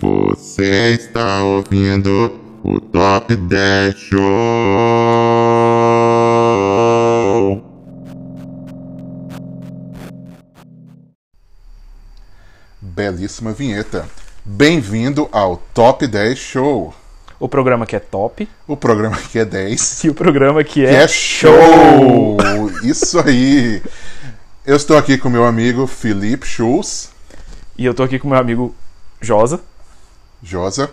Você está ouvindo o Top 10 Show. Belíssima vinheta. Bem-vindo ao Top 10 Show. O programa que é top O programa que é 10. e o programa que Que é, é show! Isso aí! Eu estou aqui com meu amigo Felipe Schultz, E eu tô aqui com meu amigo Josa. Josa.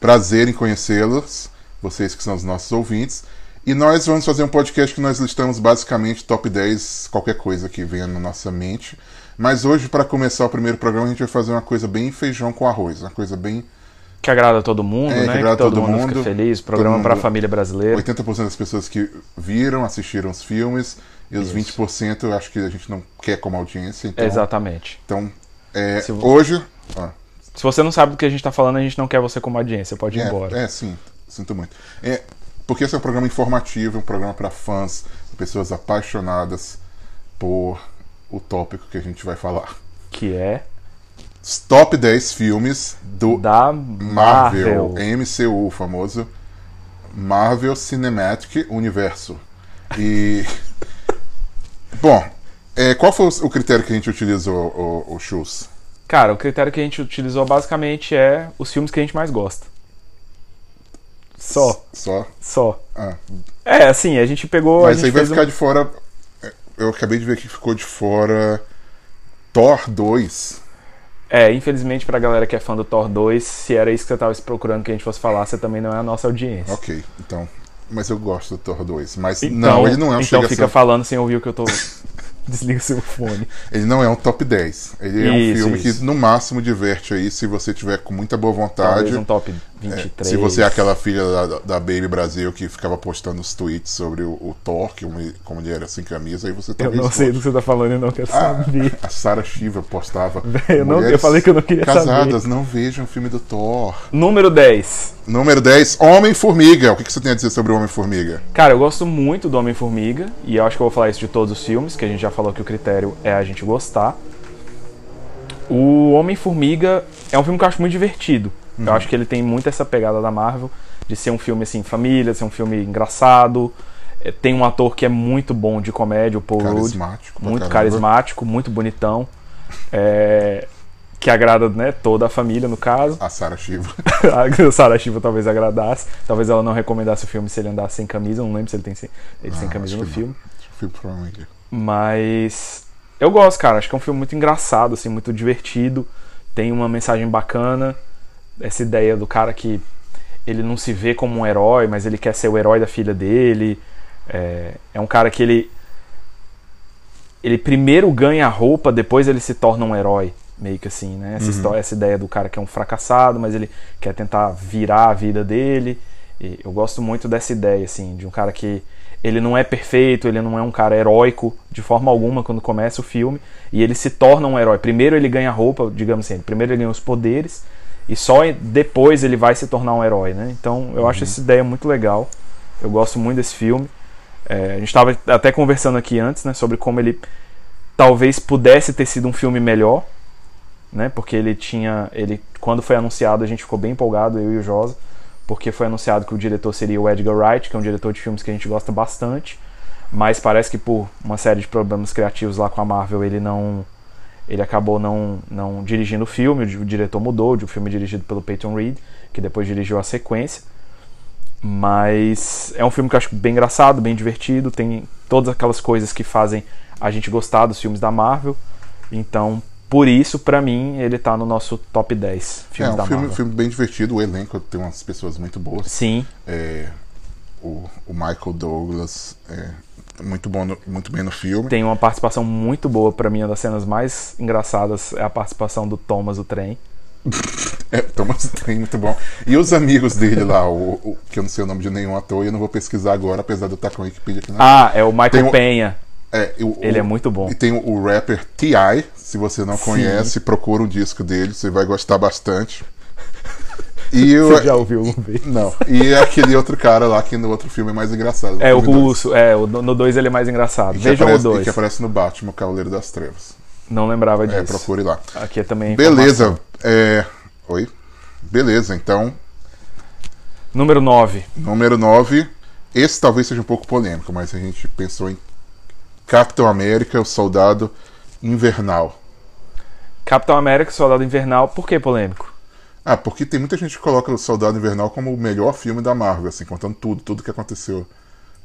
Prazer em conhecê-los, vocês que são os nossos ouvintes. E nós vamos fazer um podcast que nós listamos basicamente top 10, qualquer coisa que venha na nossa mente. Mas hoje, para começar o primeiro programa, a gente vai fazer uma coisa bem feijão com arroz, uma coisa bem Que agrada todo mundo, É, que né? agrada todo, todo mundo, mundo. fica feliz. Todo Programa pra mundo- família brasileira. 80% das pessoas que viram, assistiram os filmes, e os 20% eu acho que a gente não quer como audiência. Então, Exatamente. então, é, Se vo- hoje. ó, Se você não sabe do que a gente tá falando, a gente não quer você como audiência. Pode ir embora. é, é, sim, sinto muito. É, porque esse é um programa informativo, é um programa para fãs, pessoas apaixonadas por o tópico que a gente vai falar. Que é Os top 10 filmes do da Marvel, Marvel. MCU, o famoso Marvel Cinematic Universo. E. Bom, é, qual foi o critério que a gente utilizou, o, o Schultz? Cara, o critério que a gente utilizou basicamente é os filmes que a gente mais gosta. Só, Só. só. Ah. É, assim, a gente pegou. a Mas gente aí vai fez um- ficar de fora. é, Eu acabei de ver que ficou de fora Thor 2. É, infelizmente pra galera que é fã do Thor 2, se era isso que você tava procurando que a gente fosse falar, você também não é a nossa audiência. Ok, então. Mas eu gosto do Thor 2. Mas Então- não, ele não é um Então chega a fica ser- falando sem ouvir o que eu tô. Desliga o seu fone. Ele não é um top 10. Ele é um Isso, filme isso. que no máximo diverte aí se você tiver com muita boa vontade. Talvez um top Tá, É, 23. se você é aquela filha da, da- da Baby Brasil que ficava postando os tweets sobre o, o Thor, que um- como ele era sem camisa, aí você Eu talvez. não sei do que você tá falando, eu não quero Ah. saber. A Sarah Shiva postava. Eu não- eu "Mulheres falei que eu não queria saber." Casadas, não vejam o filme do Thor. Número 10. Número 10, Homem-Formiga. O que, que você tem a dizer sobre o Homem-Formiga? Cara, eu gosto muito do Homem-Formiga, e eu acho que eu vou falar isso de todos os filmes, que a gente já falou que o critério é a gente gostar. O Homem-Formiga é um filme que eu acho muito divertido. Eu Uhum. acho que ele tem muito essa pegada da Marvel, de ser um filme assim, família, ser um filme engraçado. Eh, Tem um ator que é muito bom de comédia, o Paul Rudd. Carismático. pra muito caramba. carismático, muito bonitão, é, que agrada né, toda a família, no caso. A Sarah Shiva. A Sarah Shiva talvez agradasse, talvez ela não recomendasse o filme se ele andasse sem camisa, eu não lembro se ele tem sem, ele sem Ah, camisa acho no que não. filme. Fui pro Homem-Formiga. Mas eu gosto, cara, acho que é um filme muito engraçado, assim, muito divertido, tem uma mensagem bacana, essa ideia do cara que ele não se vê como um herói, mas ele quer ser o herói da filha dele. É, é um cara que ele. Ele primeiro ganha a roupa, depois ele se torna um herói. Meio que assim, né? Essa, histó- essa ideia do cara que é um fracassado, mas ele quer tentar virar a vida dele. E eu gosto muito dessa ideia, assim, de um cara que. Ele não é perfeito, ele não é um cara heróico de forma alguma quando começa o filme. E ele se torna um herói. Primeiro ele ganha a roupa, digamos assim, primeiro ele ganha os poderes. E só e- depois ele vai se tornar um herói, né? Então eu acho essa ideia muito legal. Eu gosto muito desse filme. É, a gente estava até conversando aqui antes, né, sobre como ele talvez pudesse ter sido um filme melhor, né? Porque ele tinha, ele quando foi anunciado a gente ficou bem empolgado eu e o Josa, porque foi anunciado que o diretor seria o Edgar Wright, que é um diretor de filmes que a gente gosta bastante, mas parece que por uma série de problemas criativos lá com a Marvel ele não ele acabou não, não dirigindo o filme, o di- o diretor mudou, o filme é dirigido pelo Peyton Reed, que depois dirigiu a sequência. Mas é um filme que eu acho bem engraçado, bem divertido, tem todas aquelas coisas que fazem a gente gostar dos filmes da Marvel. Então, por isso, pra mim, ele tá no nosso top 10 É filmes da um filme, Marvel. filme bem divertido. O elenco tem umas pessoas muito boas. Sim, É, o, o Michael Douglas é muito, bom no- muito bem no filme. tem uma participação muito boa pra mim, uma das cenas mais engraçadas é a participação do Thomas o trem. É, Thomas Train, muito bom. E os amigos dele lá, o, o- que eu não sei o nome de nenhum ator e eu não vou pesquisar agora, apesar de eu estar com a Wikipedia aqui na. Ah, é o Michael Tem um- Penha. É, e o- Ele é o- muito bom. E tem o rapper T.I., se você não Sim. conhece, procura o disco dele, você vai gostar bastante. E eu, Você já ouviu uma vez? Não. E é aquele outro cara lá que no outro filme é mais engraçado. É o filme dois. russo, é, o- no 2 ele é mais engraçado. E que Vejam aparece- o E 2. que aparece no Batman, o Cavaleiro das Trevas. Não lembrava disso. É, procure lá. Aqui é também. Beleza. É... Oi? Beleza, então, Número 9. número 9. Esse talvez seja um pouco polêmico, mas a gente pensou em Capitão América, o Soldado Invernal. Capitão América, Soldado Invernal. Por que polêmico? Ah, porque tem muita gente que coloca o Soldado Invernal como o melhor filme da Marvel, assim, contando tudo, tudo que aconteceu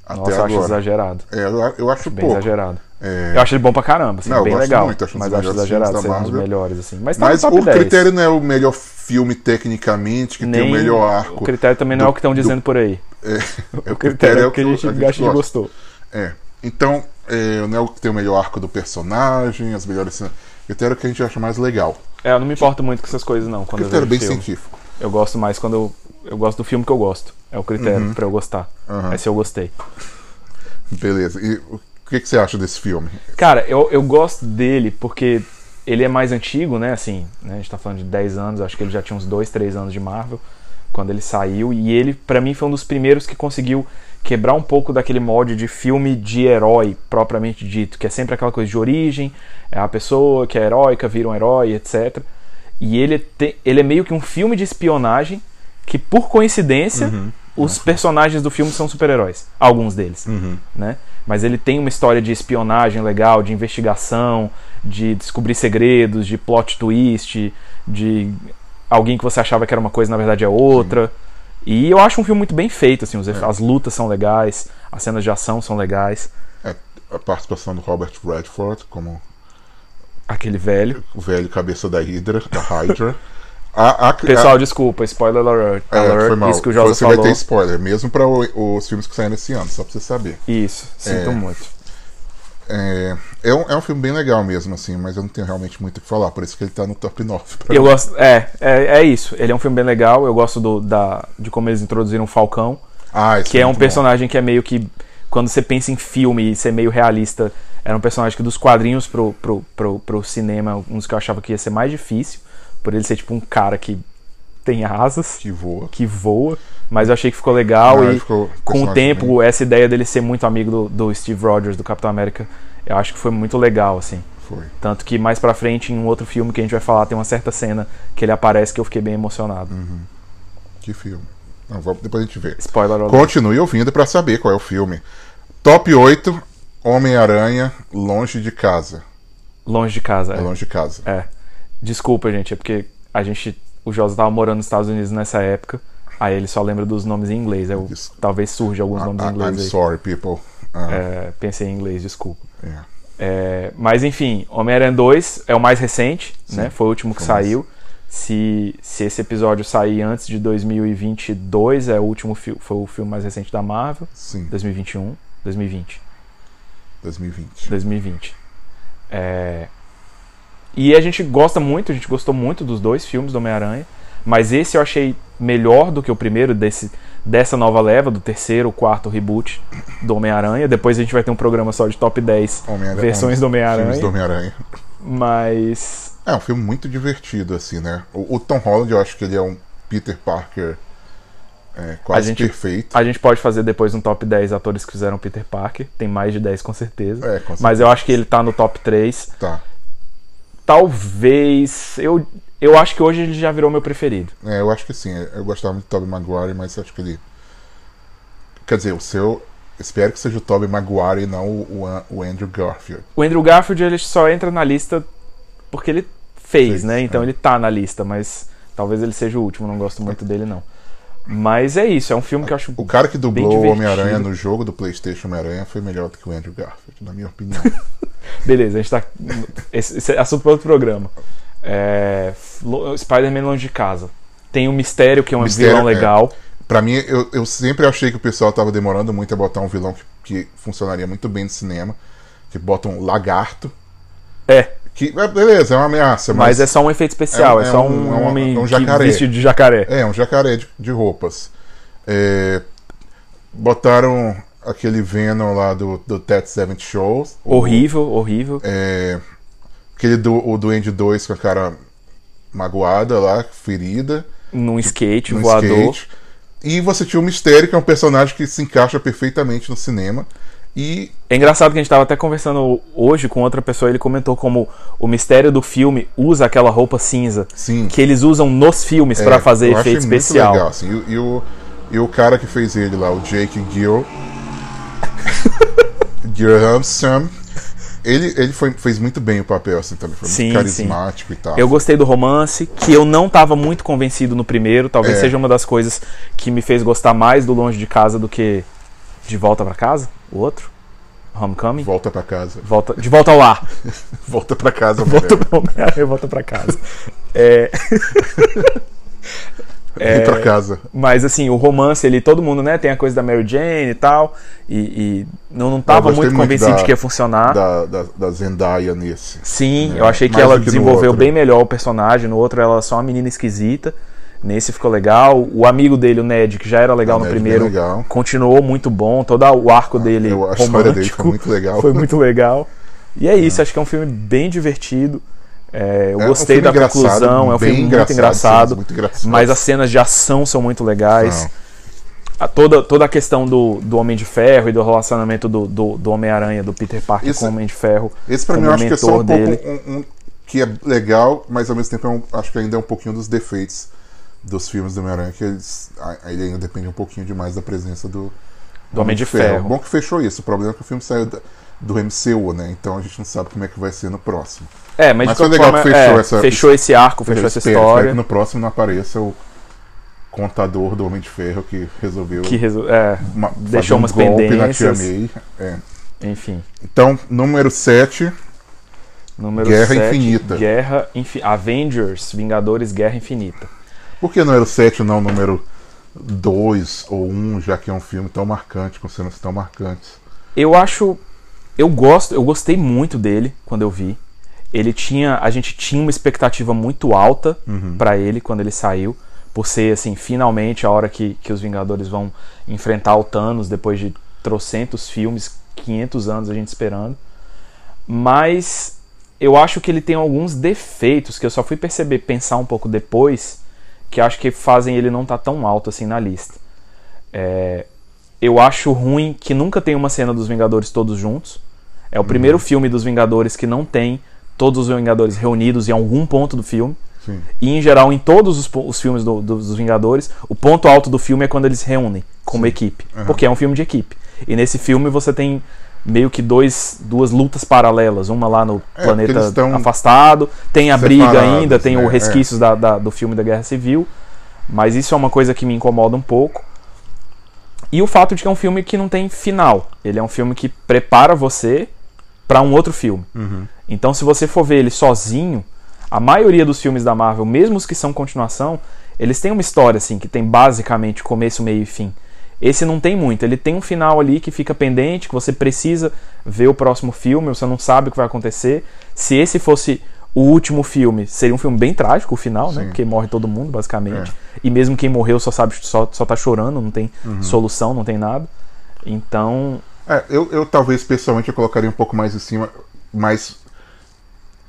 até Nossa, eu acho agora. exagerado. É, eu, eu acho Bem pouco. exagerado. É, Eu acho ele bom pra caramba, assim, Não, eu bem gosto legal. muito, acho um dos mas eu acho melhores filmes exagerado ser da um dos Marvel. melhores, assim. Mas tá Mas no top o 10. critério não é o melhor filme tecnicamente, que tem o melhor arco. O critério também não é do- o que estão do- dizendo por aí. É, O critério é o que a gente, acha que gosta. gostou. É. Então, é, não é o que tem o melhor arco do personagem, as melhores cenas. Critério que a gente acha mais legal. É, eu não me importo muito com essas coisas, não. Quando eu Critério é bem vejo filme. científico. Eu gosto mais quando eu, eu gosto do filme que eu gosto. É o critério pra eu gostar. Uhum. É se eu gostei. Beleza. E o que, que você acha desse filme? Cara, eu, eu gosto dele porque ele é mais antigo, né? Assim, né? a gente tá falando de 10 anos, acho que ele já tinha uns 2, 3 anos de Marvel quando ele saiu. E ele, pra mim, foi um dos primeiros que conseguiu quebrar um pouco daquele molde de filme de herói propriamente dito, que é sempre aquela coisa de origem, é a pessoa que é heróica, vira um herói, etc. E ele, te- ele é meio que um filme de espionagem que, por coincidência, os personagens do filme são super-heróis. Alguns deles né? Mas ele tem uma história de espionagem legal, de investigação, de descobrir segredos, de plot twist, de alguém que você achava que era uma coisa na verdade é outra. E eu acho um filme muito bem feito, assim, os efe- as lutas são legais, as cenas de ação são legais. É, a participação do Robert Redford como Aquele velho. o velho cabeça da Hydra, da Hydra. A, a, Pessoal, desculpa, spoiler alert. a, é, alert, foi mal. Isso que o você José vai ter falou. spoiler, mesmo para os filmes que saíram esse ano, só pra você saber. Isso, sinto É. muito. É, é, um, é um filme bem legal mesmo, assim, mas eu não tenho realmente muito o que falar, por isso que ele tá no top 9. pra Eu gosto. É, é, é isso. Ele é um filme bem legal. Eu gosto do, da, de como eles introduziram o Falcão. Ah, esse Que é um muito bom. personagem que é meio que. Quando você pensa em filme e ser meio realista, era um personagem que dos quadrinhos pro, pro, pro, pro cinema, um dos que eu achava que ia ser mais difícil, por ele ser tipo um cara que tem asas, que voa. que voa, mas eu achei que ficou legal Ah, e ficou um com o personagem tempo, bem- essa ideia dele ser muito amigo do, do Steve Rogers, do Capitão América, eu acho que foi muito legal, assim. Foi. Tanto que mais pra frente, em um outro filme que a gente vai falar, tem uma certa cena que ele aparece que eu fiquei bem emocionado. Hum. Que filme. Não, vamos- depois a gente vê. Spoiler alert. Continue ouvindo pra saber qual é o filme. Top 8, Homem-Aranha, Longe de Casa. Longe de casa. É é. Longe de Casa. É. Desculpa, gente, é porque a gente. O Josa tava morando nos Estados Unidos nessa época. Aí ele só lembra dos nomes em inglês. Eu, Isso. talvez surja alguns nomes em I- Ah, I'm inglês aí. sorry, people. Ah, É, pensei em inglês, desculpa. é. É, mas enfim, Homem-Aranha 2 é o mais recente, né? Foi o último que foi o mais- saiu. Se, se esse episódio sair antes de 2022, é o último fi- foi o filme mais recente da Marvel. Sim, 2021, 2020. 2020. 2020. É... E a gente gosta muito, a gente gostou muito dos dois filmes do Homem-Aranha, mas esse eu achei melhor do que o primeiro, desse, dessa nova leva, do terceiro, quarto reboot do Homem-Aranha. Depois a gente vai ter um programa só de top 10 Homem-Aranha- versões do Filmes do Homem-Aranha, Homem-Aranha. mas. É um filme muito divertido, assim, né? O, o Tom Holland, eu acho que ele é um Peter Parker é, quase gente- perfeito. A gente pode fazer depois um top 10 atores que fizeram Peter Parker, tem mais de 10 com certeza. É, com Mas eu acho que ele tá no top 3. Tá. Talvez. Eu, eu acho que hoje ele já virou meu preferido. É, eu acho que sim. Eu gostava muito do Tobey Maguire, mas acho que ele. Quer dizer, o seu. Espero que seja o Tobey Maguire e não o, o An- o Andrew Garfield. O Andrew Garfield ele só entra na lista porque ele fez, Fez, né? Então é. ele tá na lista, mas talvez ele seja o último, não gosto muito dele não. Mas é isso, é um filme que eu acho O cara que dublou o divertido. Homem-Aranha no jogo do PlayStation Homem-Aranha foi melhor do que o Andrew Garfield, na minha opinião. beleza, a gente tá esse, esse é assunto para outro programa. É... Lo- Spider-Man longe de casa. Tem o Mistério que é um Mistério, vilão é. legal. pra mim, eu, eu sempre achei que o pessoal tava demorando muito a botar um vilão que, que funcionaria muito bem no cinema. Que bota um lagarto. É, Que, é, beleza, é uma ameaça, mas, mas. é só um efeito especial, é é, um- só é um, um- é um- homem é um que jacaré. vestido de jacaré. É, um jacaré de, de roupas. É, botaram aquele Venom lá do, do Ted Seventh Shows. Horrível, horrível. É, aquele do o Duende 2 com a cara magoada lá, ferida. Num skate no voador. skate. E você tinha o Mistério, que é um personagem que se encaixa perfeitamente no cinema. E É engraçado que a gente tava até conversando hoje com outra pessoa, ele comentou como o mistério do filme usa aquela roupa cinza Sim. que eles usam nos filmes pra É, fazer eu achei efeito muito especial. legal, assim. E, e o, e o cara que fez ele lá, o Jake Gill. Gilhamson. Ele, ele foi, fez muito bem o papel, assim, também. Foi Sim, muito carismático e tal. Eu gostei do romance, que eu não tava muito convencido no primeiro, talvez É. seja uma das coisas que me fez gostar mais do Longe de Casa do que De Volta pra Casa, o outro, Homecoming. Volta pra casa. Volta, de volta ao ar. Volta pra casa, Volta mulher. pra, volta pra casa. É, Vem pra casa. mas assim, o romance ali, todo mundo, né? Tem a coisa da Mary Jane e tal. E, e não, não tava Eu gostei muito muito convencido da- de que ia funcionar. Da, da, da Zendaya nesse. Sim, É, eu achei que mais ela do que no desenvolveu outro. bem melhor o personagem. No outro, ela é só uma menina esquisita. Nesse ficou legal. O amigo dele, o Ned, que já era legal O no Ned é bem primeiro, legal. Ah, continuou muito bom. Todo o arco dele Eu, a história dele romântico foi muito legal. foi muito legal. E é isso, acho que é um filme bem divertido. É, eu É um gostei filme da engraçado, conclusão, é um bem filme muito engraçado, engraçado. cenas muito engraçadas. Mas as cenas de ação são muito legais. São. A, toda, toda a questão do, do Homem de Ferro e do relacionamento do, do, do Homem-Aranha, do Peter Parker Esse- com o Homem de Ferro. Esse pra mim como eu acho que é só um mentor pouco um, um- que é legal, mas ao mesmo tempo é um- acho que ainda é um pouquinho dos defeitos dos filmes do Homem-Aranha, que eles, a- ele ainda depende um pouquinho demais da presença do, Do Homem de Ferro. Bom que fechou isso, o problema é que o filme saiu da- do MCU, né? Então a gente não sabe como é que vai ser no próximo. É, mas, Mas de foi qualquer legal forma, que fechou é, essa- fechou esse arco, fechou Eu essa espero, espero história. que no próximo não apareça o contador do Homem de Ferro que resolveu Que resol- é, ma- um deixou umas golpe na Tia pendências. May. É. enfim. Então, número 7, Número Guerra sete, Infinita. Guerra Infi- Avengers, Vingadores, Guerra Infinita. Por que não era o 7 não o número 2 ou 1, já que é um filme tão marcante, com cenas tão marcantes? Eu acho. Eu gosto, eu gostei muito dele quando eu vi. Ele tinha. A gente tinha uma expectativa muito alta pra ele quando ele saiu. Por ser, assim, finalmente a hora que, que os Vingadores vão enfrentar o Thanos depois de trocentos filmes, 500 anos a gente esperando. Mas eu acho que ele tem alguns defeitos que eu só fui perceber, pensar um pouco depois, que acho que fazem ele não estar tão alto assim na lista. É, eu acho ruim que nunca tem uma cena dos Vingadores todos juntos. É o Uhum. primeiro filme dos Vingadores que não tem todos os Vingadores reunidos em algum ponto do filme. Sim. E em geral, em todos os, po- os filmes do- do- dos Vingadores, o ponto alto do filme é quando eles reúnem como equipe. Uhum. Porque é um filme de equipe. E nesse filme você tem meio que dois, duas lutas paralelas. Uma lá no É, porque planeta eles tão afastado, tem a briga separados, ainda, tem né? o É. resquícios da- da- do filme da Guerra Civil. Mas isso é uma coisa que me incomoda um pouco. E o fato de que é um filme que não tem final. Ele é um filme que prepara você pra um outro filme. Uhum. Então, se você for ver ele sozinho, a maioria dos filmes da Marvel, mesmo os que são continuação, eles têm uma história assim que tem basicamente começo, meio e fim. Esse não tem muito, ele tem um final ali que fica pendente, que você precisa ver o próximo filme, você não sabe o que vai acontecer. Se esse fosse o último filme, seria um filme bem trágico o final, Sim. né? É. Porque morre todo mundo, basicamente. E mesmo quem morreu só sabe, só, só tá chorando, não tem Uhum. solução, não tem nada. Então, É, eu, eu talvez pessoalmente eu colocaria um pouco mais em cima, mas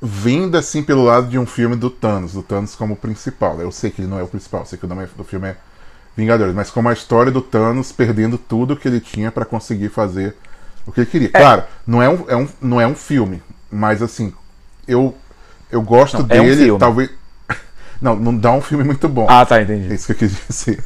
vindo assim pelo lado de um filme do Thanos, do Thanos como principal. né? Eu sei que ele não é o principal, eu sei que o nome do filme é Vingadores, mas como a história do Thanos perdendo tudo que ele tinha pra conseguir fazer o que ele queria. Claro, não é um, é um, não é um filme, mas assim, eu, eu gosto Não, é um dele, filme. talvez. Não, não dá um filme muito bom. ah, tá, É entendi. isso que eu quis dizer.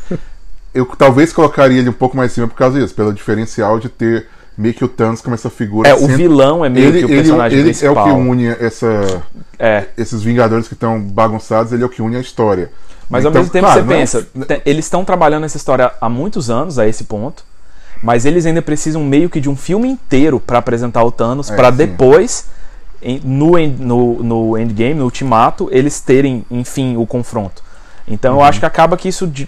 Eu talvez colocaria ele um pouco mais em cima por causa disso, pelo diferencial de ter meio que o Thanos como essa figura. É, o cent- vilão é meio Ele, que o ele- personagem ele é o principal. que une essa- É, esses Vingadores que estão bagunçados, ele é o que une a história. mas ao Então, mesmo tempo claro, você não é um- pensa, te- eles estão trabalhando essa história há muitos anos, a esse ponto, mas eles ainda precisam meio que de um filme inteiro pra apresentar o Thanos, É, pra sim. depois, em- no, end- no, no endgame, no ultimato, eles terem, enfim, o confronto. Então Uhum. eu acho que acaba que isso di-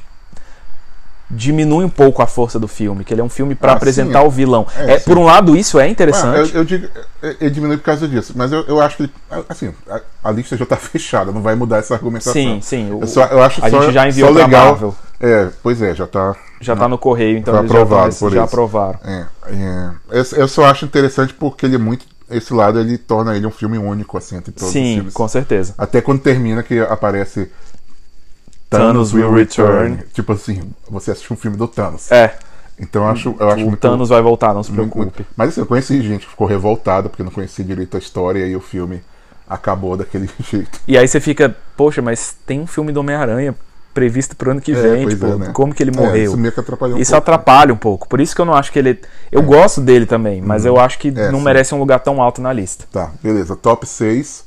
diminui um pouco a força do filme, que ele é um filme pra Ah, sim, apresentar é. o vilão. É, É, sim. por um lado, isso é Ah, eu, interessante. eu digo, é, é, ele diminui por causa disso, mas eu, eu acho que, ele- assim, a, a lista já tá fechada, não vai mudar essa argumentação. sim, sim. o- Eu, só- eu acho a só, gente já enviou só pra legal. Marvel. É, pois é, já tá. Já tá no correio, então Foi eles já, tão- aprovado por já isso. aprovaram. É, é. Eu, eu só acho interessante porque ele é muito. Esse lado ele torna ele um filme único, assim, entre todos os Sim, filmes. com certeza. Até quando termina que aparece Thanos will return. Tipo assim, você assiste um filme do Thanos. É. Então eu acho, eu acho o muito, Thanos vai voltar, não se muito- preocupe. muito- Mas assim, eu conheci gente que ficou revoltada porque não conhecia direito a história e aí o filme acabou daquele jeito. E aí você fica, poxa, mas tem um filme do Homem-Aranha previsto pro ano que vem, pois tipo, é, né? como que ele É, morreu? isso meio que atrapalhou um Isso pouco. atrapalha um pouco. Por isso que eu não acho que ele. Eu gosto dele também, mas eu acho que É, não sim. merece um lugar tão alto na lista. Tá, beleza. Top 6,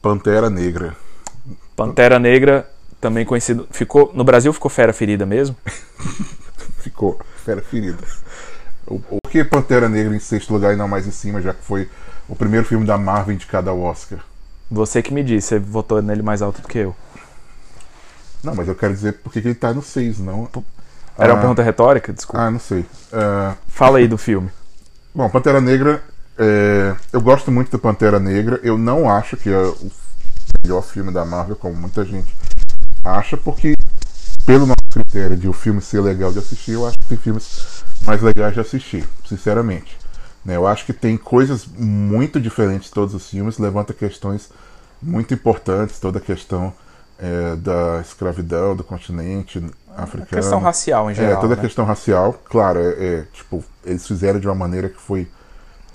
Pantera Negra. Pantera Negra, também conhecido. Ficou. No Brasil ficou fera ferida mesmo. Ficou fera ferida. O, o- por que Pantera Negra em sexto lugar e não mais em cima, já que foi o primeiro filme da Marvel indicado ao Oscar? Você que me disse, você votou nele mais alto do que eu. Não, mas eu quero dizer por que que ele tá no 6, não. Era uma Ah. pergunta retórica? Desculpa. Ah, não sei. Ah, Fala aí do filme. Bom, Pantera Negra, é, eu gosto muito do Pantera Negra. Eu não acho que é o melhor filme da Marvel, como muita gente acha, porque, pelo nosso critério de o filme ser legal de assistir, eu acho que tem filmes mais legais de assistir, sinceramente. Né, eu acho que tem coisas muito diferentes em todos os filmes, levanta questões muito importantes, toda a questão é, da escravidão do continente africano. Questão racial em É, geral. toda a né? questão racial, claro, é, é, tipo, eles fizeram de uma maneira que foi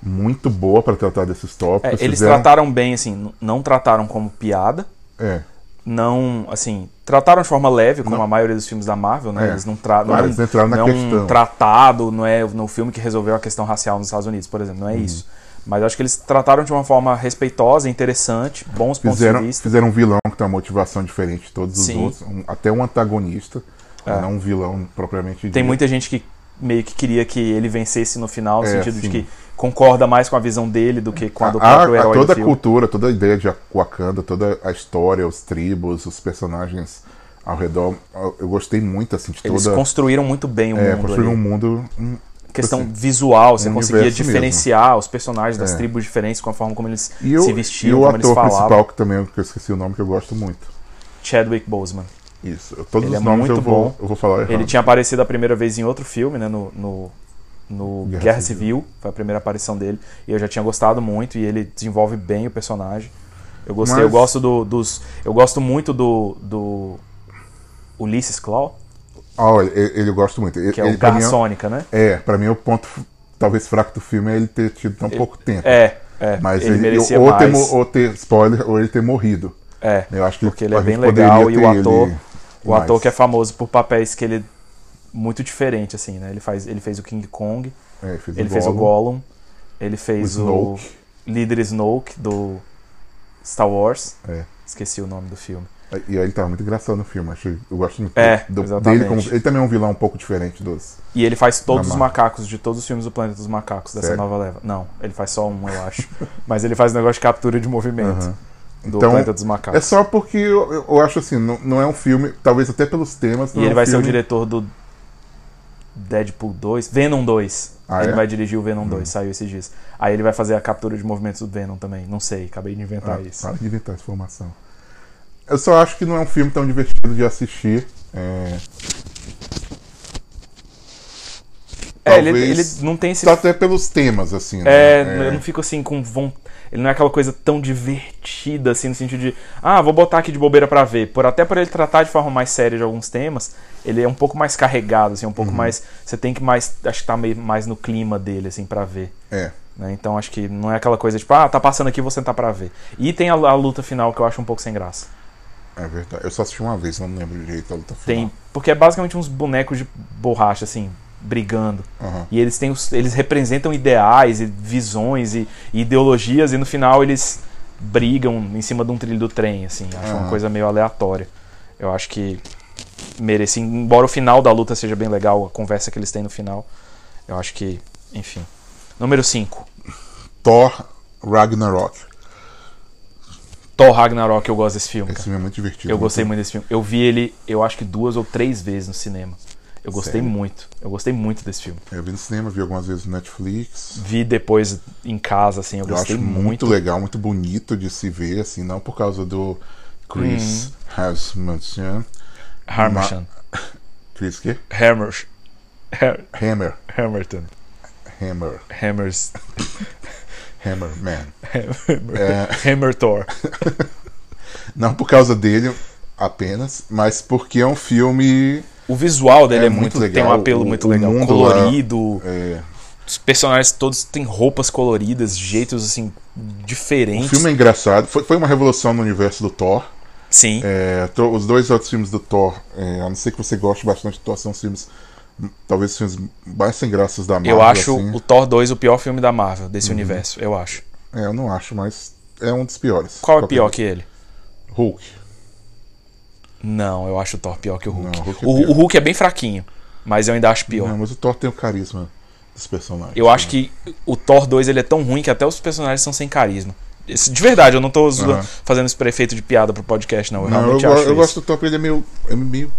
muito boa pra tratar desses É, tópicos. eles fizeram- trataram bem, assim, n- não trataram como piada. É, não, assim, trataram de forma leve, como a maioria dos filmes da Marvel, né? É. Eles não tratam. Claro, eles entraram na não é questão. um tratado, não é no filme que resolveu a questão racial nos Estados Unidos, por exemplo, Uhum. não é isso. Mas eu acho que eles trataram de uma forma respeitosa, interessante, bons pontos fizeram, de vista. fizeram um vilão que tem uma motivação diferente de todos os Sim. É. outros, um- até um antagonista, não um vilão propriamente dito. Tem muita gente que meio que queria que ele vencesse no final, no É, sentido de sim. que concorda mais com a visão dele do que com a do A- próprio a- herói toda do a filme. cultura, toda a ideia de Wakanda, toda a história, os tribos, os personagens ao redor, eu gostei muito assim de Eles toda construíram muito bem o é, mundo. construir ali. um mundo hum, questão assim, visual, você um conseguia universo diferenciar os personagens das É. tribos diferentes com a forma como eles e, o- se vestiam, e o como ator eles falavam. principal que também que eu esqueci o nome que eu gosto muito. Chadwick Boseman. Isso. eu- Todos Ele os é nomes eu muito vou, bom. eu vou falar errado. Ele tinha aparecido a primeira vez em outro filme, né? No, no, no Guerra Guerra, Civil. Foi a primeira aparição dele. E eu já tinha gostado muito e ele desenvolve bem o personagem. Eu gostei, Mas- eu gosto do- dos. Eu gosto muito do. do Ulysses Claw, Ah, olha, ele, ele eu gosto muito. Ele, que é o ele, pra Garra mim, é- Sônica, né? É, pra mim o ponto f- talvez fraco do filme é ele ter tido tão pouco tempo. É, é. Mas ele, ele, merecia ou, Ter, mais. mo- ou ter spoiler, ou ele ter morrido. É, Eu acho que porque ele é a gente bem legal e poderia o ter ator, ele o ator mais. que é famoso por papéis que ele muito diferente assim, né? Ele faz, ele fez o King Kong, É, ele fez ele o fez o Gollum, Gollum, ele fez o o, Snoke. líder Snoke do Star Wars. É. Esqueci o nome do filme. E aí ele tá muito engraçado no filme. Acho, eu gosto muito É, do, exatamente. dele. Como, ele também é um vilão um pouco diferente dos. E ele faz todos Da os Marvel. macacos de todos os filmes do Planeta dos Macacos dessa Sério? nova leva. Não, ele faz só um, eu acho. Mas ele faz um negócio de captura de movimento Aham. do Então, Planeta dos É Macacos. só porque eu, eu- eu acho assim, não, não é um filme, talvez até pelos temas. não E é ele um vai ser o filme- diretor do Deadpool 2, Venom 2. Ah, ele é? vai dirigir o Venom 2, saiu esses dias. Aí ele vai fazer a captura de movimentos do Venom também. Não sei, acabei de inventar Ah, isso. Para de inventar essa informação. Eu só acho que não é um filme tão divertido de assistir. É... é, ele, talvez- ele não tem esse Só até pelos temas, assim. É, né? eu não fico assim com vontade. Ele não é aquela coisa tão divertida, assim, no sentido de, ah, vou botar aqui de bobeira pra ver. Por até por ele tratar de forma mais séria de alguns temas, ele é um pouco mais carregado, assim, um pouco mais. Você tem que mais. Acho que tá meio mais no clima dele, assim, pra ver. é. né? Então acho que não é aquela coisa tipo, ah, tá passando aqui, vou sentar pra ver. E tem a, a luta final que eu acho um pouco sem graça. é verdade. Eu só assisti uma vez, não lembro direito a luta Tem. final. Porque é basicamente uns bonecos de borracha, assim, brigando. Aham. E eles têm os- eles representam ideais e visões e, e ideologias e no final eles brigam em cima de um trilho do trem, assim, acho uma Aham. coisa meio aleatória. Eu acho que mereci, embora o final da luta seja bem legal, a conversa que eles têm no final, eu acho que, enfim. Número 5. Thor Ragnarok. Thor Ragnarok, eu gosto desse filme, Esse cara. filme é muito divertido. Eu gostei muito. muito desse filme. Eu vi ele, eu acho que duas ou três vezes no cinema. Eu gostei Sério? muito. Eu gostei muito desse filme. Eu vi no cinema, vi algumas vezes no Netflix. Vi depois em casa, assim, eu Eu gostei acho muito, muito. legal, muito bonito de se ver, assim, não por causa do Chris Uhum. Harrison. Hammerton. Chris quê? Hammers. Ha- Hammer. Hammerton. Hammer. Hammers. Hammerman. É, Hammer. Hammertor. Não por causa dele apenas, mas porque é um filme O visual dele É é, muito muito, tem legal, um apelo o- muito o legal, mundo lá- colorido. É, Os personagens todos têm roupas coloridas, jeitos assim o diferentes. filme é engraçado. Foi, foi uma revolução no universo do Thor. Sim. É, to- os dois outros filmes do Thor, é, a não ser que você goste bastante do Thor, são os filmes. hum, Talvez os filmes mais sem graças da Marvel. eu acho assim. Uhum. o Thor 2 o pior filme da Marvel, desse universo, eu acho. É, eu não acho, mas é um dos piores. Qual é pior que ele? Hulk. Não, eu acho o Thor pior que o Hulk. Não, o Hulk é o, pior. o Hulk é bem fraquinho, mas eu ainda acho pior. Não, mas o Thor tem o carisma dos personagens. Eu acho que o Thor 2 ele é tão ruim que até os personagens são sem carisma. Esse- de verdade, eu não tô zoando- Aham. fazendo esse prefeito de piada pro podcast, não. Eu Não, eu, realmente go- acho eu isso. gosto do Thor, porque ele é meio. É meio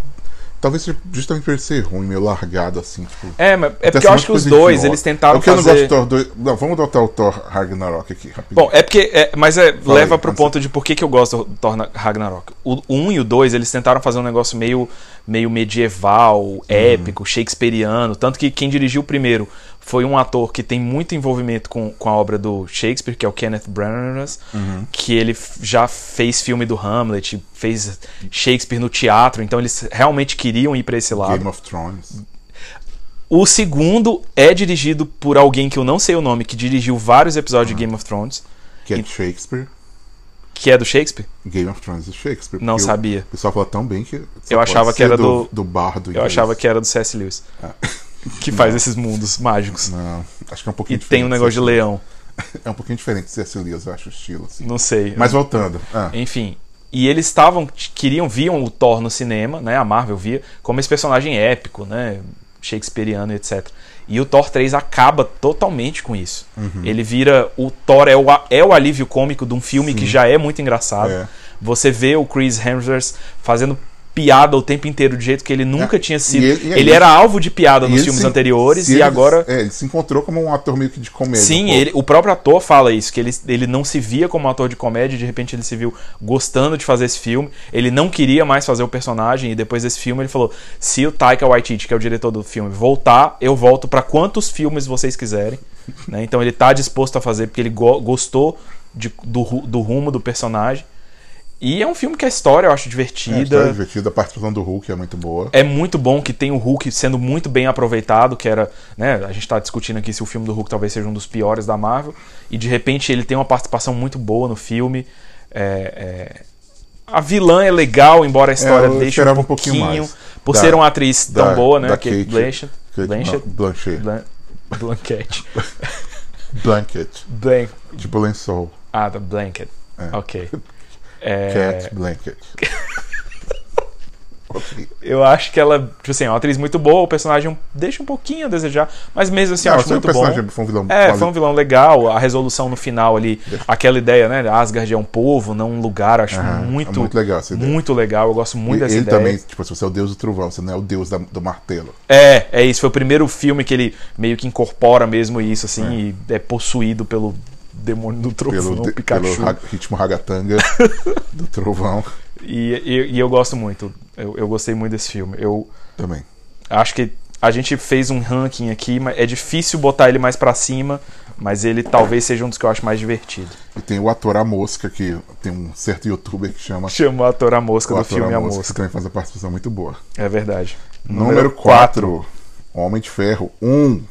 talvez seja justamente por ele ser ruim, meio largado assim. Tipo, É, mas é acontece porque eu um acho que monte os de coisa dois, idiota. eles tentaram É o que eu não gosto fazer. do Thor 2. Não, vamos adotar o Thor Ragnarok aqui, rapidinho. Bom, é porque. é, mas é, leva aí, pro Marcelo. ponto de por que, que eu gosto do Thor na- Ragnarok. O 1 um e o 2, eles tentaram fazer um negócio meio, meio Uhum. medieval, épico, shakespeariano. Tanto que quem dirigiu o primeiro foi um ator que tem muito envolvimento com, com a obra do Shakespeare, que é o Kenneth Branagh, Uhum. que ele f- já fez filme do Hamlet, fez Shakespeare no teatro, então eles realmente queriam ir pra esse lado. Game of Thrones. O segundo é dirigido por alguém que eu não sei o nome, que dirigiu vários episódios Uhum. de Game of Thrones, Que é E- de Shakespeare. que é do Shakespeare. Game of Thrones de Shakespeare. Não porque o- sabia. O pessoal fala tão bem que. só Eu pode achava que ser era do. do- Do bardo. Eu achava que era do C.S. Lewis. Que faz esses mundos mágicos. Ah. Não, acho que é um pouquinho E tem um negócio de É. leão. É um pouquinho diferente de C.S. Lewis, eu acho o estilo, assim. Não sei. Mas voltando. Ah, Enfim. E eles estavam. Queriam, viam o Thor no cinema, né? A Marvel via, como esse personagem épico, né? Shakespeareano, etc. E o Thor 3 acaba totalmente com isso. Uhum. Ele vira. O Thor é o, a- é o alívio cômico de um filme que já é muito engraçado. É. Você vê o Chris Hemsworth fazendo piada o tempo inteiro, do jeito que ele nunca É. tinha sido. E ele- ele, e ele- era alvo de piada e nos ele filmes se- anteriores se e ele- agora. É, ele se encontrou como um ator meio que de comédia. um Sim, pouco. ele, é o próprio ator fala isso, que ele, ele não se via como um ator de comédia, e de repente ele se viu gostando de fazer esse filme, ele não queria mais fazer o personagem, e depois desse filme ele falou, se o Taika Waititi, que é o diretor do filme, voltar, eu volto pra quantos filmes vocês quiserem, né? então ele tá disposto a fazer, porque ele go- gostou de- do, ru- do rumo do personagem, e é um filme que a história eu acho É, a história é divertida, divertida, a participação do Hulk é muito boa. é muito bom que tem o Hulk sendo muito bem aproveitado, que era, né, a gente tá discutindo aqui se o filme do Hulk talvez seja um dos piores da Marvel, e de repente ele tem uma participação muito boa no filme. É, é, A vilã é legal, embora a história É, eu deixe esperava um um pouquinho pouquinho, mais por da- ser uma atriz tão da- boa, né, da Kate Kate- Blanchett, Kate- Blanchett, não, Blanchett. Blan- Blanquette, Blanket. Blank, Tipo lençol. ah, da Blanket, É. ok. É, Cat Blanket. ok. eu acho que ela, tipo assim, é uma atriz muito boa, o personagem deixa um pouquinho a desejar, mas mesmo assim Não, acho eu acho que o muito bom. personagem foi um vilão É, quali- foi um vilão legal, a resolução no final ali, aquela ideia, né? Asgard é um povo, não um lugar, eu acho Aham, muito, é muito legal essa ideia. muito legal, eu gosto muito E dessa ele ideia. também, tipo, se você é o deus do trovão, você não é o deus da- do martelo. É, é isso, foi o primeiro filme que ele meio que incorpora mesmo isso, assim, e é possuído pelo demônio do trovão, Pelo, de- Pikachu. pelo ra- ritmo ragatanga do trovão E, e- e eu gosto muito, eu, eu gostei muito desse filme. Eu também. acho que a gente fez um ranking aqui, mas é difícil botar ele mais pra cima, mas ele talvez seja um dos que eu acho mais divertido. E tem o ator A Mosca, que tem um certo youtuber que chama Chamou a ator a mosca o do ator filme A que Mosca. também faz uma participação muito boa. É verdade. Número 4, Homem de Ferro 1.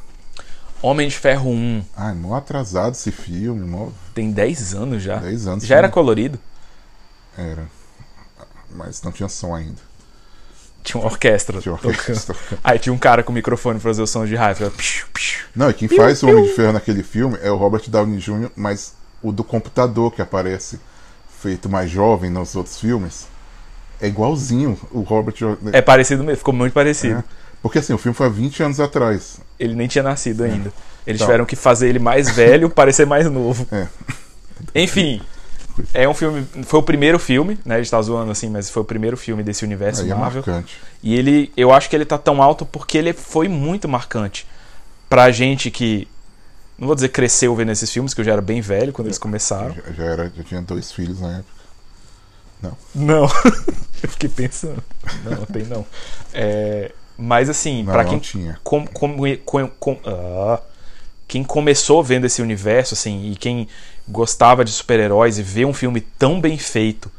Homem de Ferro 1. Ai, mó atrasado esse filme, mó... Tem 10 anos já. 10 anos. Já era colorido? Era. Mas não tinha som ainda. Tinha uma orquestra. Tinha uma tocando. orquestra. Aí tinha um cara com o microfone pra fazer o som de raiva. Ficava psiu, psiu. Não, e quem faz o Homem de Ferro naquele filme é o Robert Downey Jr., mas o do computador que aparece feito mais jovem nos outros filmes é igualzinho o Robert Downey É parecido mesmo, ficou muito parecido. É. Porque assim, o filme foi há 20 anos atrás. Ele nem tinha nascido ainda. Eles Então. tiveram que fazer ele mais velho parecer mais novo. É. Enfim, é um filme. Foi o primeiro filme, né? A gente tá zoando assim, mas foi o primeiro filme desse universo Aí é Marvel. marcante. E ele, eu acho que ele tá tão alto porque ele foi muito marcante pra gente que não vou dizer cresceu vendo esses filmes, que eu já era bem velho quando eles começaram. Já, já era, já tinha dois filhos né? na época. Não. eu fiquei pensando. Não, tem não. É, mas assim, Não, pra não quem tinha. com- com- com- com- ah. quem começou vendo esse universo assim e quem gostava de super-heróis e ver um filme tão bem feito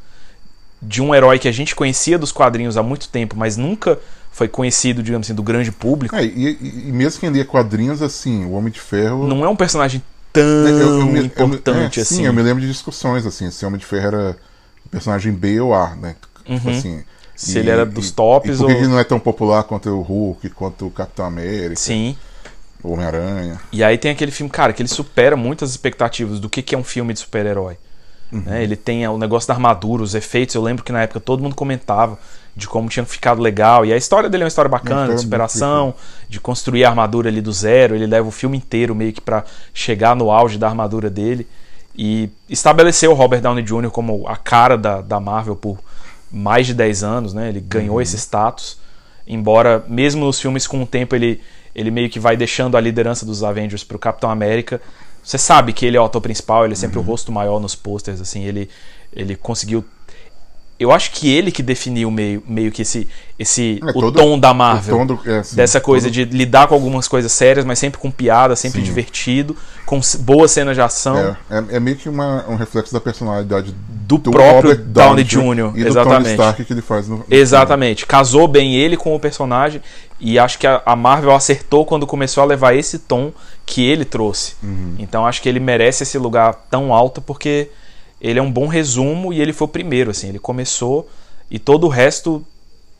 de um herói que a gente conhecia dos quadrinhos há muito tempo, mas nunca foi conhecido, digamos assim, do grande público. É, e, e- e mesmo quem lia quadrinhos, assim, o Homem de Ferro. Não é um personagem tão É, me- importante é, assim. Sim, eu me lembro de discussões, assim, se o Homem de Ferro era personagem B ou A, né? Tipo assim. Uhum. Se ele era dos tops e por que ou- que não é tão popular quanto o Hulk, quanto o Capitão América, Sim. o Homem-Aranha. E aí tem aquele filme, cara, que ele supera muitas expectativas do que, que é um filme de super-herói. Uhum. Né? Ele tem é, o negócio da armadura, os efeitos. Eu lembro que na época todo mundo comentava de como tinha ficado legal. E a história dele é uma história bacana, Uma história de superação, de construir a armadura ali do zero. Ele leva o filme inteiro meio que pra chegar no auge da armadura dele. E estabeleceu o Robert Downey Jr. como a cara da, da Marvel por mais de 10 anos, né? Ele ganhou Uhum. esse status. Embora, mesmo nos filmes, com o tempo, ele, ele meio que vai deixando a liderança dos Avengers pro Capitão América. Você sabe que ele é o ator principal, ele é sempre Uhum. o rosto maior nos posters, assim, ele, ele conseguiu. Eu acho que ele que definiu meio, meio que esse, esse É, o todo- tom da o Marvel. tom do- é, assim, dessa coisa todo- de lidar com algumas coisas sérias, mas sempre com piada, sempre Sim. divertido, com s- boas cenas de ação. É, é- é meio que uma- um reflexo da personalidade do, próprio Downey Jr., e do exatamente. Tony Stark que ele faz no. no Exatamente. Casou bem ele com o personagem. E acho que a, a Marvel acertou quando começou a levar esse tom que ele trouxe. Uhum. Então acho que ele merece esse lugar tão alto porque ele é um bom resumo e ele foi o primeiro, assim. Ele começou e todo o resto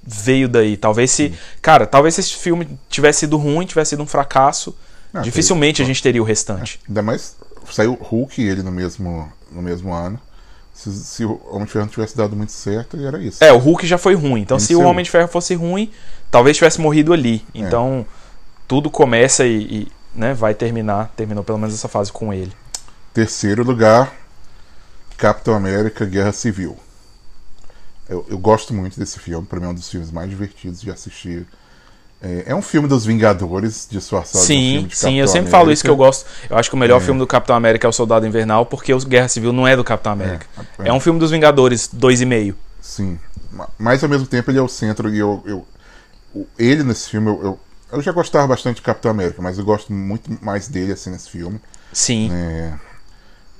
veio daí. Talvez se. Cara, talvez se esse filme tivesse sido ruim, tivesse sido um fracasso. Ah, dificilmente a gente teria o restante. Ainda mais saiu Hulk e ele no mesmo, no mesmo ano. Se, se o Homem de Ferro não tivesse dado muito certo, era isso. É, o Hulk já foi ruim. Então, Tem se que o ser Homem de Ferro fosse ruim, talvez tivesse morrido ali. É. Então, tudo começa e, e, né, vai terminar. Terminou pelo menos essa fase com ele. Terceiro lugar, Capitão América Guerra Civil. Eu, eu gosto muito desse filme, pra mim é um dos filmes mais divertidos de assistir. É, é um filme dos Vingadores, disfarçado de um sim, filme de sim, Capitão eu sempre falo isso que eu América. gosto. Eu acho que o melhor filme do Capitão América é o Soldado Invernal, porque o Guerra Civil não é do Capitão América. É, é. um filme dos Vingadores 2,5. Sim. Ma- Mas ao mesmo tempo ele é o centro e eu. eu- o- ele nesse filme, eu, eu, eu já gostava bastante de Capitão América, mas eu gosto muito mais dele assim nesse filme. Sim. É,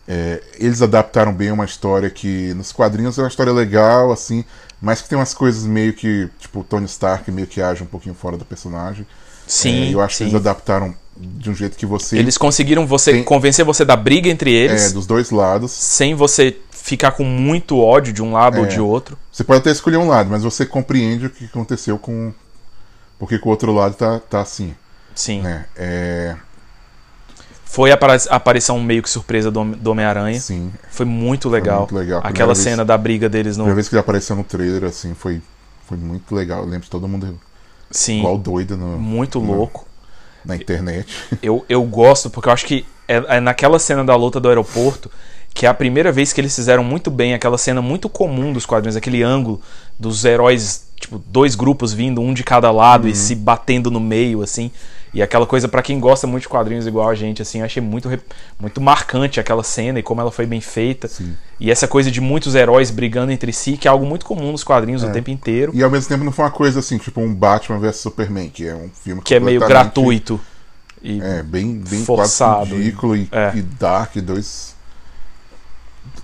é, eles adaptaram bem uma história que nos quadrinhos é uma história legal, assim, mas que tem umas coisas meio que, tipo, o Tony Stark meio que age um pouquinho fora do personagem. Sim, É, eu acho sim. que eles adaptaram de um jeito que você Eles conseguiram você Tem- convencer você da briga entre é eles, dos dois lados. sem você ficar com muito ódio de um lado ou É. de outro. Você pode até escolher um lado, mas você compreende o que aconteceu com porque que o outro lado tá, tá assim, Sim. né? É, Foi a apara- a aparição meio que surpresa do Hom- do Homem-Aranha. sim. Foi muito legal. muito legal. Aquela Primeira vez- cena da briga deles no. A primeira vez que ele apareceu no trailer, assim, foi, foi muito legal. Eu lembro de todo mundo Sim. igual doido no, Muito Não. louco. na internet. Eu, eu gosto, porque eu acho que é, é naquela cena da luta do aeroporto que é a primeira vez que eles fizeram muito bem aquela cena muito comum dos quadrinhos, aquele ângulo dos heróis, tipo, dois grupos vindo, um de cada lado Uhum. e se batendo no meio, assim. E aquela coisa, pra quem gosta muito de quadrinhos igual a gente, assim, eu achei muito, re- muito marcante aquela cena e como ela foi bem feita. E essa coisa de muitos heróis brigando entre si, que é algo muito comum nos quadrinhos É. o tempo inteiro, E ao mesmo tempo não foi uma coisa assim, tipo um Batman vs Superman, que é um filme que é meio completamente- gratuito. E É, bem, bem Forçado. quase ridículo e, É. e dark, dois.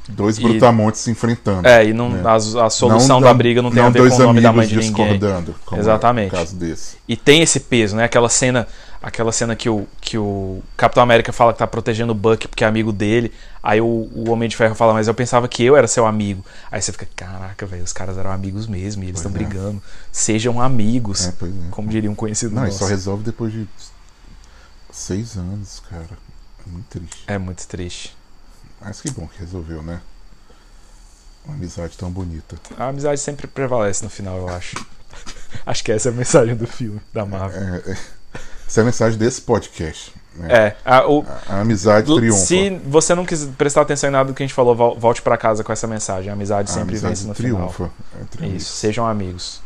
Dois E- brutamontes se enfrentando. É, e não, né? a, a solução Não da dão- briga não tem não a ver dois com o nome da mãe amigos de ninguém. discordando, como Exatamente. É o caso desse. E tem esse peso, né? Aquela cena, aquela cena que o, que o Capitão América fala que tá protegendo o Buck porque é amigo dele. Aí o, o Homem de Ferro fala, mas eu pensava que eu era seu amigo. Aí você fica, caraca, velho, os caras eram amigos mesmo e eles estão Pois é. brigando. Sejam amigos, É, pois é. como diria um conhecido Não, e nosso. só resolve depois de seis anos, cara. É Muito triste. É muito triste. Mas que bom que resolveu, né? Uma amizade tão bonita. A amizade sempre prevalece no final, eu acho. acho que essa é a mensagem do filme, da Marvel. É, é. Essa é a mensagem desse podcast. né? É, a- o, A, a amizade Do- triunfa. Se você não quiser prestar atenção em nada do que a gente falou, vol- volte pra casa com essa mensagem. A amizade A sempre amizade vence no triunfa. É, final. triunfa. Isso, sejam amigos.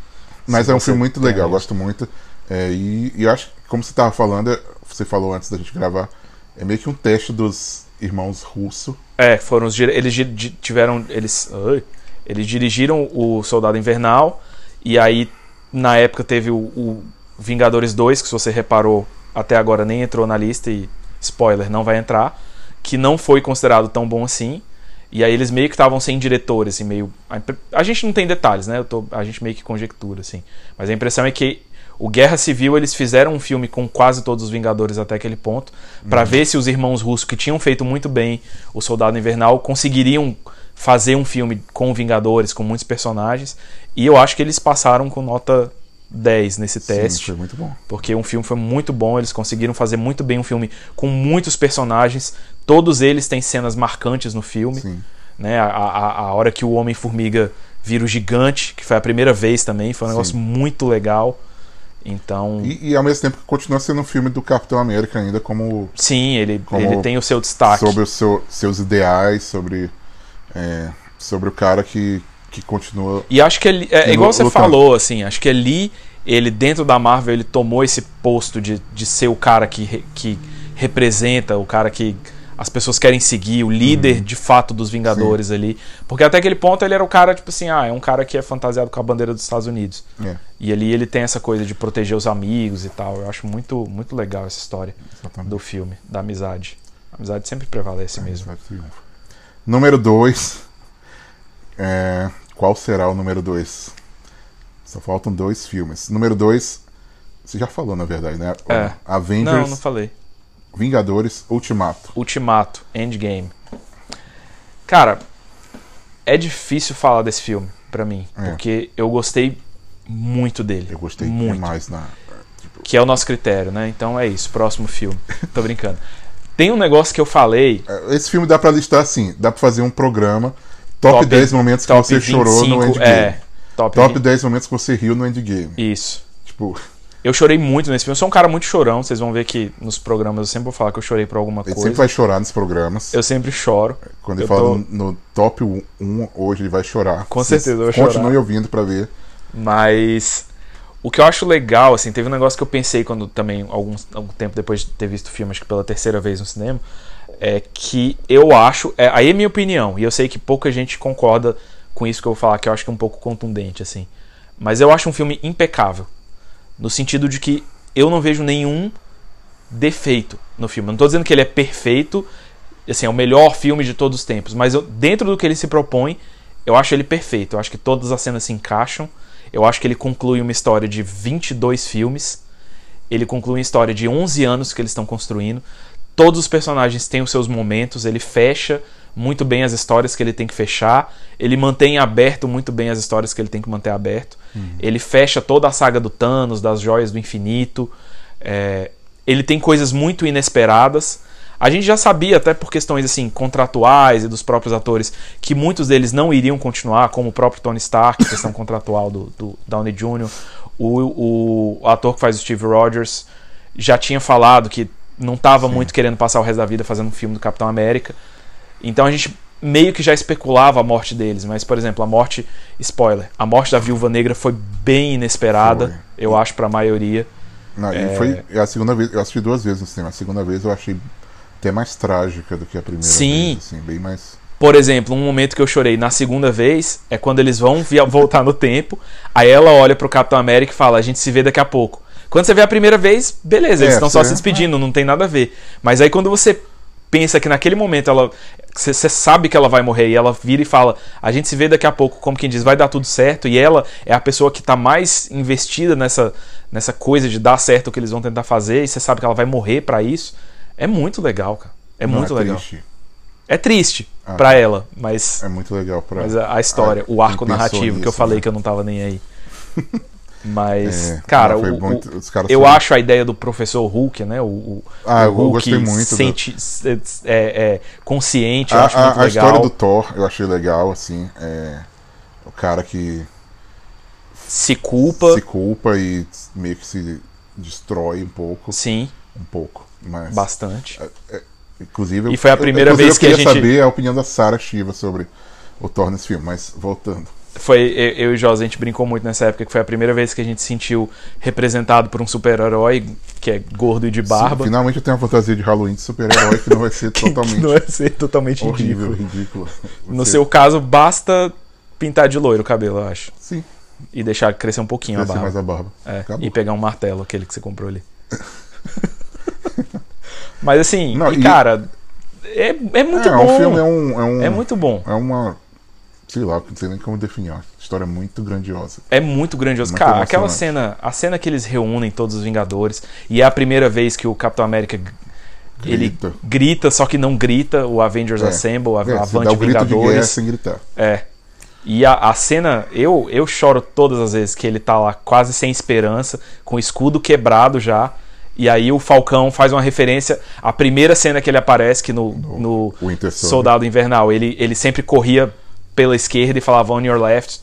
Mas Se é um você filme muito tem legal, amigos. gosto muito. É, e, e eu acho que, como você estava falando, é- você falou antes da gente gravar, é meio que um teste dos irmãos russo. É, foram os dir- eles di- di- tiveram eles ai, eles dirigiram o Soldado Invernal e aí na época teve o, o Vingadores 2, que se você reparou até agora nem entrou na lista e spoiler, não vai entrar, que não foi considerado tão bom assim. E aí eles meio que estavam sem diretor, assim, meio. A, impre- a gente não tem detalhes, né? Eu tô... A gente meio que conjectura, assim. Mas a impressão é que o Guerra Civil eles fizeram um filme com quase todos os Vingadores até aquele ponto, pra Uhum. ver se os irmãos russos que tinham feito muito bem o Soldado Invernal conseguiriam fazer um filme com Vingadores, com muitos personagens. E eu acho que eles passaram com nota 10 nesse teste. Sim, foi muito bom. Porque um filme foi muito bom, eles conseguiram fazer muito bem um filme com muitos personagens, todos eles têm cenas marcantes no filme. Sim. Né? A, a, a hora que o Homem-Formiga vira o gigante, que foi a primeira vez também, foi um negócio muito legal. Então, E, e ao mesmo tempo que continua sendo um filme do Capitão América ainda como sim, ele, Como ele tem o seu destaque. sobre os seu- seus ideais, sobre é, sobre o cara que que continua E acho que ele, é, é igual Lu- você lutando. falou, assim, acho que ali, ele dentro da Marvel, ele tomou esse posto de, de ser o cara que, re- que representa, o cara que as pessoas querem seguir, o líder de fato dos Vingadores ali. Porque até aquele ponto ele era o cara, tipo assim, ah, é um cara que é fantasiado com a bandeira dos Estados Unidos. É, E ali ele tem essa coisa de proteger os amigos e tal. Eu acho muito, muito legal essa história exatamente. do filme, da amizade. A amizade sempre prevalece mesmo. Exato, triunfo. Número 2. qual será o número 2? Só faltam dois filmes. Número 2, você já falou, na verdade, né? É. Avengers, Não, não falei. Vingadores, Ultimato. Ultimato, Endgame. Cara, é difícil falar desse filme pra mim, É. porque eu gostei muito dele. Eu gostei muito. demais na. tipo, Que é o nosso critério, né? Então é isso, próximo filme. Tô brincando. Tem um negócio que eu falei, é, Esse filme dá pra listar assim, dá pra fazer um programa. Top, Top- 10 momentos que top você 25, chorou no Endgame. é, top, Top vi- 10 momentos que você riu no Endgame. Isso. Tipo, Eu chorei muito nesse filme. Eu sou um cara muito chorão, vocês vão ver que nos programas eu sempre vou falar que eu chorei por alguma ele coisa. sempre vai chorar nos programas. Eu sempre choro. Quando ele eu fala tô- no no top 1 hoje, ele vai chorar. Com Vocês certeza eu vou Continue chorar. ouvindo pra ver. Mas o que eu acho legal, assim, teve um negócio que eu pensei quando também, algum, algum tempo depois de ter visto o filme, acho que pela terceira vez no cinema, é que eu acho. é, aí é minha opinião, e eu sei que pouca gente concorda com isso que eu vou falar, que eu acho que é um pouco contundente, assim. Mas eu acho um filme impecável. No sentido de que eu não vejo nenhum defeito no filme. Eu não tô dizendo que ele é perfeito, assim, é o melhor filme de todos os tempos, mas eu- dentro do que ele se propõe, eu acho ele perfeito. Eu acho que todas as cenas se encaixam. Eu acho que ele conclui uma história de 22 filmes. Ele conclui uma história de 11 anos que eles estão construindo. Todos os personagens têm os seus momentos, ele fecha muito bem as histórias que ele tem que fechar, ele mantém aberto muito bem as histórias que ele tem que manter aberto. Ele fecha toda a saga do Thanos, das joias do infinito. É, ele tem coisas muito inesperadas. A gente já sabia, até por questões assim contratuais e dos próprios atores, que muitos deles não iriam continuar, como o próprio Tony Stark, questão contratual do, do Downey Jr. O, o ator que faz o Steve Rogers já tinha falado que não estava muito querendo passar o resto da vida fazendo um filme do Capitão América. Então a gente meio que já especulava a morte deles, mas, por exemplo, a morte. Spoiler: a morte da viúva negra foi bem inesperada, Foi. eu acho, pra maioria. Não, e foi é a segunda vez, eu assisti duas vezes no cinema. A segunda vez eu achei até mais trágica do que a primeira Sim. vez, assim, bem mais. Por exemplo, um momento que eu chorei na segunda vez é quando eles vão via- voltar no tempo. Aí ela olha pro Capitão América e fala: A gente se vê daqui a pouco. Quando você vê a primeira vez, beleza, É, eles estão só você- se despedindo, não tem nada a ver. Mas aí quando você pensa que naquele momento ela. Você sabe que ela vai morrer e ela vira e fala: A gente se vê daqui a pouco, como quem diz, vai dar tudo certo. E ela é a pessoa que tá mais investida nessa, nessa coisa de dar certo o que eles vão tentar fazer. E você sabe que ela vai morrer pra isso. É muito legal, cara. É não muito é legal. triste. É triste Ah. pra ela, mas, É muito legal pra. mas a, a história, o arco quem pensou narrativo que eu nisso, falei né? que eu não tava nem aí. Mas, É, cara, não, foi o- o- muito- os caras eu foram- acho a ideia do professor Hulk, né? O, o, Ah, o eu Hulk gostei muito do- senti, se- é, é, consciente, eu a, acho a- muito a legal. história do Thor eu achei legal, assim. é, o cara que Se culpa, se culpa e meio que se destrói um pouco. sim, Um pouco. Mas. É. bastante. Inclusive, eu- E foi a eu- primeira inclusive, vez que a Eu queria gente- saber a opinião da Sarah Shiva sobre o Thor nesse filme, mas voltando. Foi, eu, eu e o José, a gente brincou muito nessa época, que foi a primeira vez que a gente se sentiu representado por um super-herói que é gordo e de barba. Finalmente eu tenho uma fantasia de Halloween de super-herói que não vai ser totalmente. que não é ser totalmente horrível, ridículo. ridículo. No Você- seu caso, basta pintar de loiro o cabelo, eu acho. Sim, E deixar crescer um pouquinho crescer a barba. mais a barba. É, Acabou. e pegar um martelo, aquele que você comprou ali. Mas assim, Não, e, e- cara, É, é muito é, bom. é um filme, é um. É, um, É muito bom. é uma. Sei lá, não sei nem como definir. é Uma história muito grandiosa. É muito grandioso. Muito Cara, aquela emocionante. cena, a cena que eles reúnem todos os Vingadores e é a primeira vez que o Capitão América g- Grita. ele grita, só que não grita o Avengers É. Assemble, a, É, você Avante dá o grito de guerra Vingadores. sem gritar. É. E a, a cena, eu eu choro todas as vezes que ele tá lá quase sem esperança, com o escudo quebrado já. E aí o Falcão faz uma referência à primeira cena que ele aparece, que no, no Winter Soldier. Soldado Invernal, ele, ele sempre corria pela esquerda e falava on your left,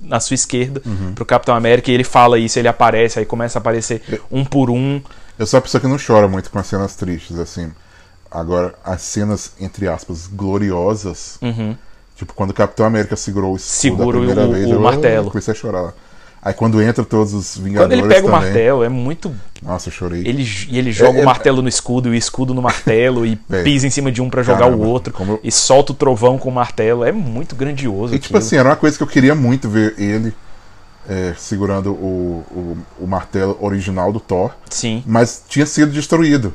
na sua esquerda, Uhum. pro Capitão América, e ele fala isso, ele aparece, aí começa a aparecer um por um. Eu sou a pessoa que não chora muito com as cenas tristes, assim. Agora, as cenas, entre aspas, gloriosas. Tipo, quando o Capitão América segurou o escudo Uhum. Segura a primeira o- vez, o eu martelo. comecei a chorar. Aí quando entra todos os Quando Vingadores ele pega o também, martelo, é muito Nossa, eu chorei. Ele, j- e ele joga É, é- o martelo no escudo e o escudo no martelo e Véi, pisa em cima de um pra jogar caramba, o outro como eu- e solta o trovão com o martelo. É muito grandioso. E tipo assim, era uma coisa que eu queria muito ver ele é, segurando o, o, o martelo original do Thor, Sim. mas tinha sido destruído.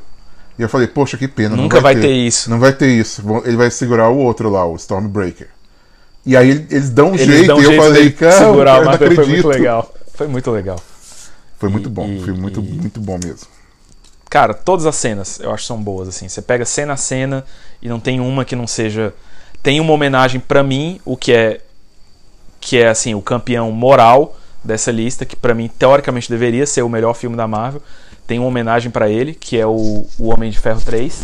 E eu falei, poxa, que pena. Nunca não vai, vai ter isso. Não vai ter isso. Vão- Ele vai segurar o outro lá, o Stormbreaker. E aí ele- eles dão um Eles jeito dão um e eu jeito falei, dele cara, segurar eu o não martelo. acredito. Foi muito legal. Foi muito legal. Foi muito E- bom, e- foi muito, e- muito bom mesmo. Cara, todas as cenas eu acho que são boas, assim. Você pega cena a cena e não tem uma que não seja. Tem uma homenagem pra mim, o que é. Que é, assim, o campeão moral dessa lista, que pra mim, teoricamente, deveria ser o melhor filme da Marvel. Tem uma homenagem pra ele, que é o, o Homem de Ferro 3.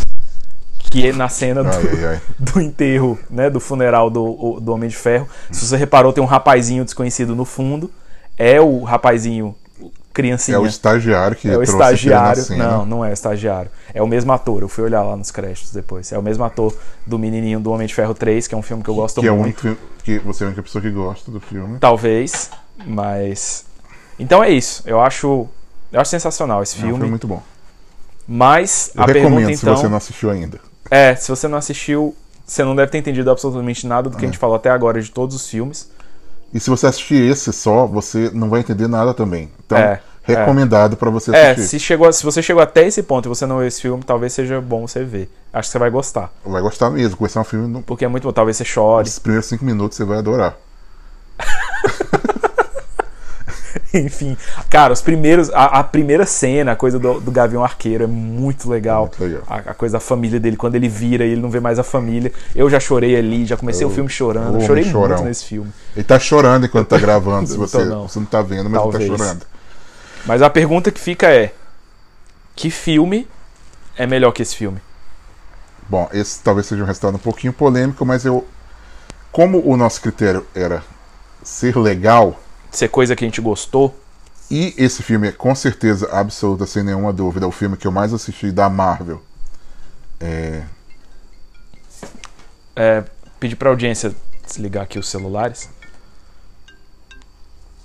Que é na cena do, Ai, ai, ai. do enterro, né, do funeral do, o- do Homem de Ferro. Se você reparou, tem um rapazinho desconhecido no fundo. É o rapazinho, o criancinha. É o estagiário que É o trouxe aquele estagiário. assim, né? na cena. Não, não é o estagiário. É o mesmo ator. Eu fui olhar lá nos créditos depois. É o mesmo ator do Menininho do Homem de Ferro 3, que é um filme que eu gosto Que é o único muito. filme que você é a única pessoa que gosta do filme. Talvez, mas. Então é isso. Eu acho, eu acho sensacional esse É um filme. filme muito bom. Mas Eu a pergunta recomendo se então. você não assistiu ainda. É, se você não assistiu, você não deve ter entendido absolutamente nada do que a gente É. falou até agora de todos os filmes. E se você assistir esse só, você não vai entender nada também. Então, É, recomendado pra você É, assistir. se, chegou, a- se você chegou até esse ponto e você não viu esse filme, talvez seja bom você ver. Acho que você vai gostar. Vai gostar mesmo. Começar um filme no- Porque é muito bom. Talvez você chore. nos primeiros cinco minutos, você vai adorar. Enfim, cara, os primeiros. A, a primeira cena, a coisa do, do Gavião Arqueiro é muito legal. Muito legal. A, a coisa da família dele, quando ele vira e ele não vê mais a família. Eu já chorei ali, já comecei o filme chorando. Eu homem chorei um chorão. muito nesse filme. Ele tá chorando enquanto tá gravando, se Não tô, você não. você não tá vendo, mas ele tá Talvez. chorando. Mas a pergunta que fica é: que filme é melhor que esse filme? Bom, esse talvez seja um resultado um pouquinho polêmico, mas eu. Como o nosso critério era ser legal, Ser coisa que a gente gostou? e esse filme é com certeza absoluta, sem nenhuma dúvida, o filme que eu mais assisti da Marvel. É, É, pedir pra audiência desligar aqui os celulares.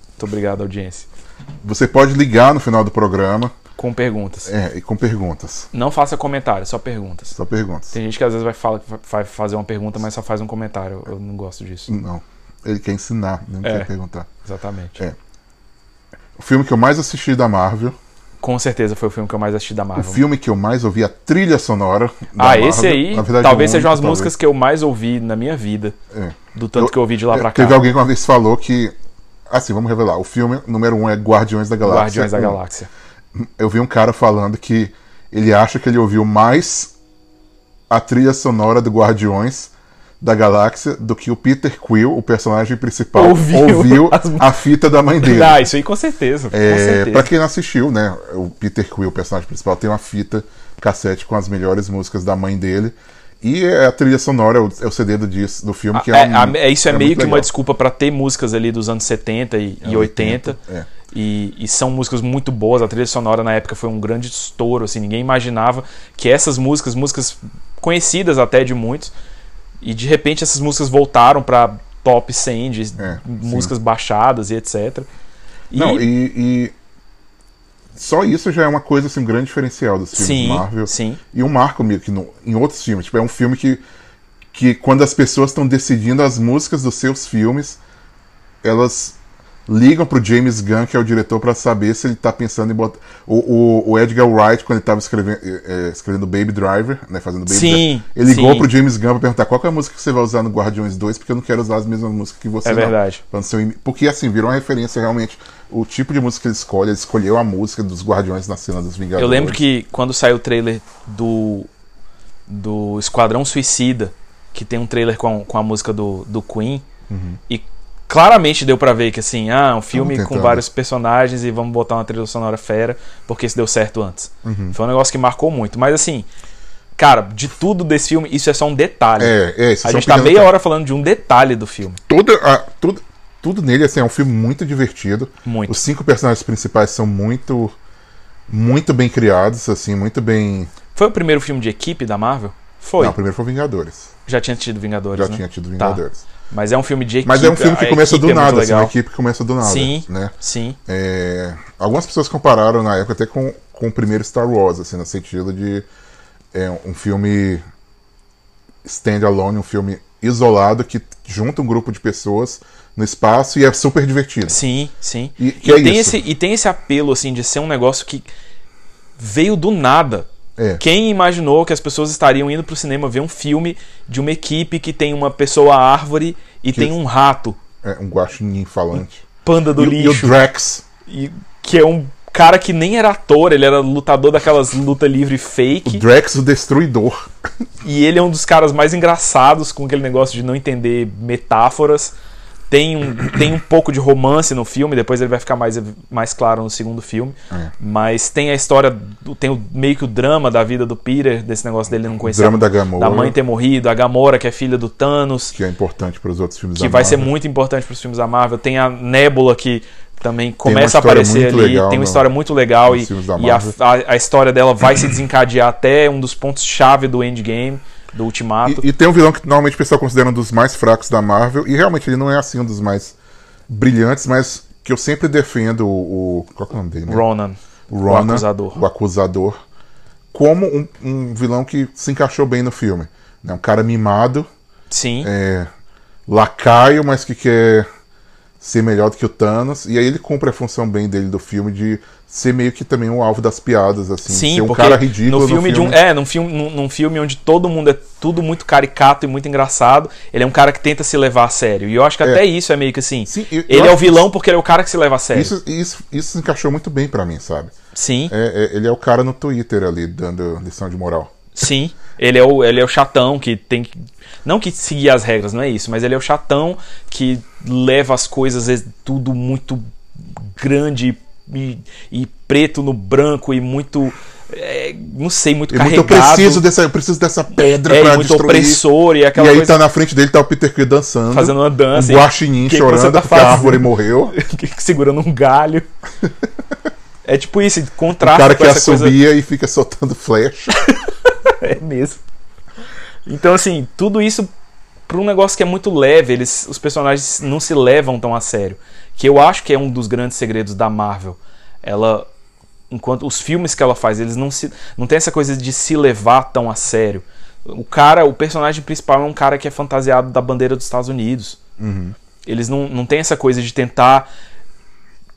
Muito obrigado, audiência. Você pode ligar no final do programa Com perguntas. é, e com perguntas. Não faça comentário, só perguntas. Só perguntas. Tem gente que às vezes vai, fala- vai fazer uma pergunta, mas só faz um comentário. Eu não gosto disso. Não. Ele quer ensinar, não É. quer perguntar. Exatamente. É. O filme que eu mais assisti da Marvel. Com certeza foi o filme que eu mais assisti da O Marvel. filme que eu mais ouvi a trilha sonora. da Ah, esse Marvel. aí Na verdade, talvez o sejam único, as músicas que eu mais ouvi na minha vida. talvez. É. Do tanto Eu- que eu ouvi de lá pra cá. Teve alguém que uma vez falou que. Assim, vamos revelar. O filme número um é Guardiões da Galáxia. Guardiões da Um, Galáxia. Eu vi um cara falando que ele acha que ele ouviu mais a trilha sonora do Guardiões da Galáxia do que o Peter Quill, o personagem principal, Ouviu as mu- a fita da mãe dele. Ah, isso aí com certeza. com É, certeza. pra quem não assistiu, né? O Peter Quill, o personagem principal, tem uma fita cassete com as melhores músicas da mãe dele. E é a trilha sonora, é o, é o CD do, disco, do filme, que é, É, um- a- é, isso é, meio muito que uma legal. desculpa pra ter músicas ali dos anos 70 e, e 80. 80, é. E, e são músicas muito boas. A trilha sonora na época foi um grande estouro, assim, ninguém imaginava que essas músicas, músicas conhecidas até de muitos, e de repente essas músicas voltaram pra top 100 de É, músicas baixadas e etc. E, Não, e, e Só isso já é uma coisa, assim, um grande diferencial dos filmes sim, Marvel. sim. E um marco meio que no- em outros filmes. Tipo, é um filme que, que quando as pessoas estão decidindo as músicas dos seus filmes, elas ligam pro James Gunn, que é o diretor, pra saber se ele tá pensando em botar. O, o, o Edgar Wright, quando ele tava escrevendo, é, é, escrevendo Baby Driver, né? Fazendo Baby Sim, Driver, ele ligou sim. pro James Gunn pra perguntar qual que é a música que você vai usar no Guardiões 2, porque eu não quero usar as mesmas músicas que você. É não." verdade. Pra não ser um imi- Porque assim, virou uma referência realmente. O tipo de música que ele escolhe, ele escolheu a música dos Guardiões na cena dos Vingadores. Eu lembro que quando saiu o trailer do do Esquadrão Suicida, que tem um trailer com a, com a música do, do Queen, Uhum. e claramente deu pra ver que assim, ah, um filme com tentando. vários personagens e vamos botar uma trilha sonora fera, porque isso deu certo antes. Uhum. Foi um negócio que marcou muito, mas assim, cara, de tudo desse filme, isso é só um detalhe. É, é, isso a são gente tá pequenos meia hora falando de um detalhe do filme. toda a, tudo, tudo nele assim, é um filme muito divertido. Muito. Os cinco personagens principais são muito muito bem criados, assim, muito bem. Foi o primeiro filme de equipe da Marvel? Foi. Não, o primeiro foi Vingadores. Já tinha tido Vingadores, Já né? tinha tido Vingadores. Mas é um filme de equipe. Mas é um filme que a começa equipe do é muito nada, assim, uma legal. equipe que começa do nada. Sim. Né? Sim. É, algumas pessoas compararam na época até com, com o primeiro Star Wars, assim, no sentido de é, um filme standalone, um filme isolado que junta um grupo de pessoas no espaço e é super divertido. Sim, sim. E que é tem isso. Esse, e tem esse apelo, assim, de ser um negócio que veio do nada. É. Quem imaginou que as pessoas estariam indo pro cinema ver um filme de uma equipe que tem uma pessoa árvore e tem um rato, É, um guaxinim falante. panda do e, o- e o lixo, Drax, e que é um cara que nem era ator, ele era lutador daquelas luta livre fake. Drax o Destruidor. E ele é um dos caras mais engraçados com aquele negócio de não entender metáforas. Tem um, tem um pouco de romance no filme, depois ele vai ficar mais, mais claro no segundo filme. É. Mas tem a história, do- tem o, meio que o drama da vida do Peter, desse negócio dele não conhecer. Drama a- da Gamora. mãe ter morrido, a Gamora, que é filha do Thanos, que, Que é importante para os outros filmes da vai ser Marvel. muito importante para os filmes da Marvel. Tem a Nebula, que também começa a história aparecer muito ali. legal tem uma no- história muito legal nos e, filmes da e a, Marvel. a, a história dela vai se desencadear até um dos pontos-chave do Endgame, do Ultimato. E, e tem um vilão que normalmente o pessoal considera um dos mais fracos da Marvel, e realmente ele não é assim um dos mais brilhantes, mas que eu sempre defendo o. o- qual que é o nome dele? né? Ronan. o Ronan, o acusador. o acusador, como um, um vilão que se encaixou bem no filme. né? Um cara mimado, Sim. é, lacaio, mas que quer ser melhor do que o Thanos, e aí ele cumpre a função bem dele do filme de ser meio que também um alvo das piadas, assim. Sim, ser um porque cara ridículo no filme de um, é, num filme, num, num filme onde todo mundo é tudo muito caricato e muito engraçado, ele é um cara que tenta se levar a sério. E eu acho que até isso é meio que assim. Sim, eu- eu ele é acho o vilão porque ele é o cara que se leva a sério. Isso, isso, isso se encaixou muito bem pra mim, sabe? Sim. É, é, ele é o cara no Twitter ali, dando lição de moral. Sim, ele é o, ele é o chatão que tem que. Não que seguir as regras, não é isso, mas ele é o chatão que leva as coisas é tudo muito grande e, e preto no branco e muito. é, não sei, muito E muito, carregado. eu preciso dessa, eu preciso dessa pedra é, e pra muito destruir. opressor e e aquela aí coisa. tá na frente dele, tá o Peter Quill dançando. Fazendo uma dança, Um e- guaxinim que que você chorando tá porque a fazendo? árvore morreu. segurando um galho. É tipo isso, O contraste cara com que essa coisa. assobia e fica soltando flecha. É mesmo. Então, assim, tudo isso pra um negócio que é muito leve, eles, os personagens não se levam tão a sério. Que eu acho que é um dos grandes segredos da Marvel. Ela. Enquanto os filmes que ela faz, eles não se. não tem essa coisa de se levar tão a sério. O cara, o personagem principal é um cara que é fantasiado da bandeira dos Estados Unidos. Uhum. Eles não, não têm essa coisa de tentar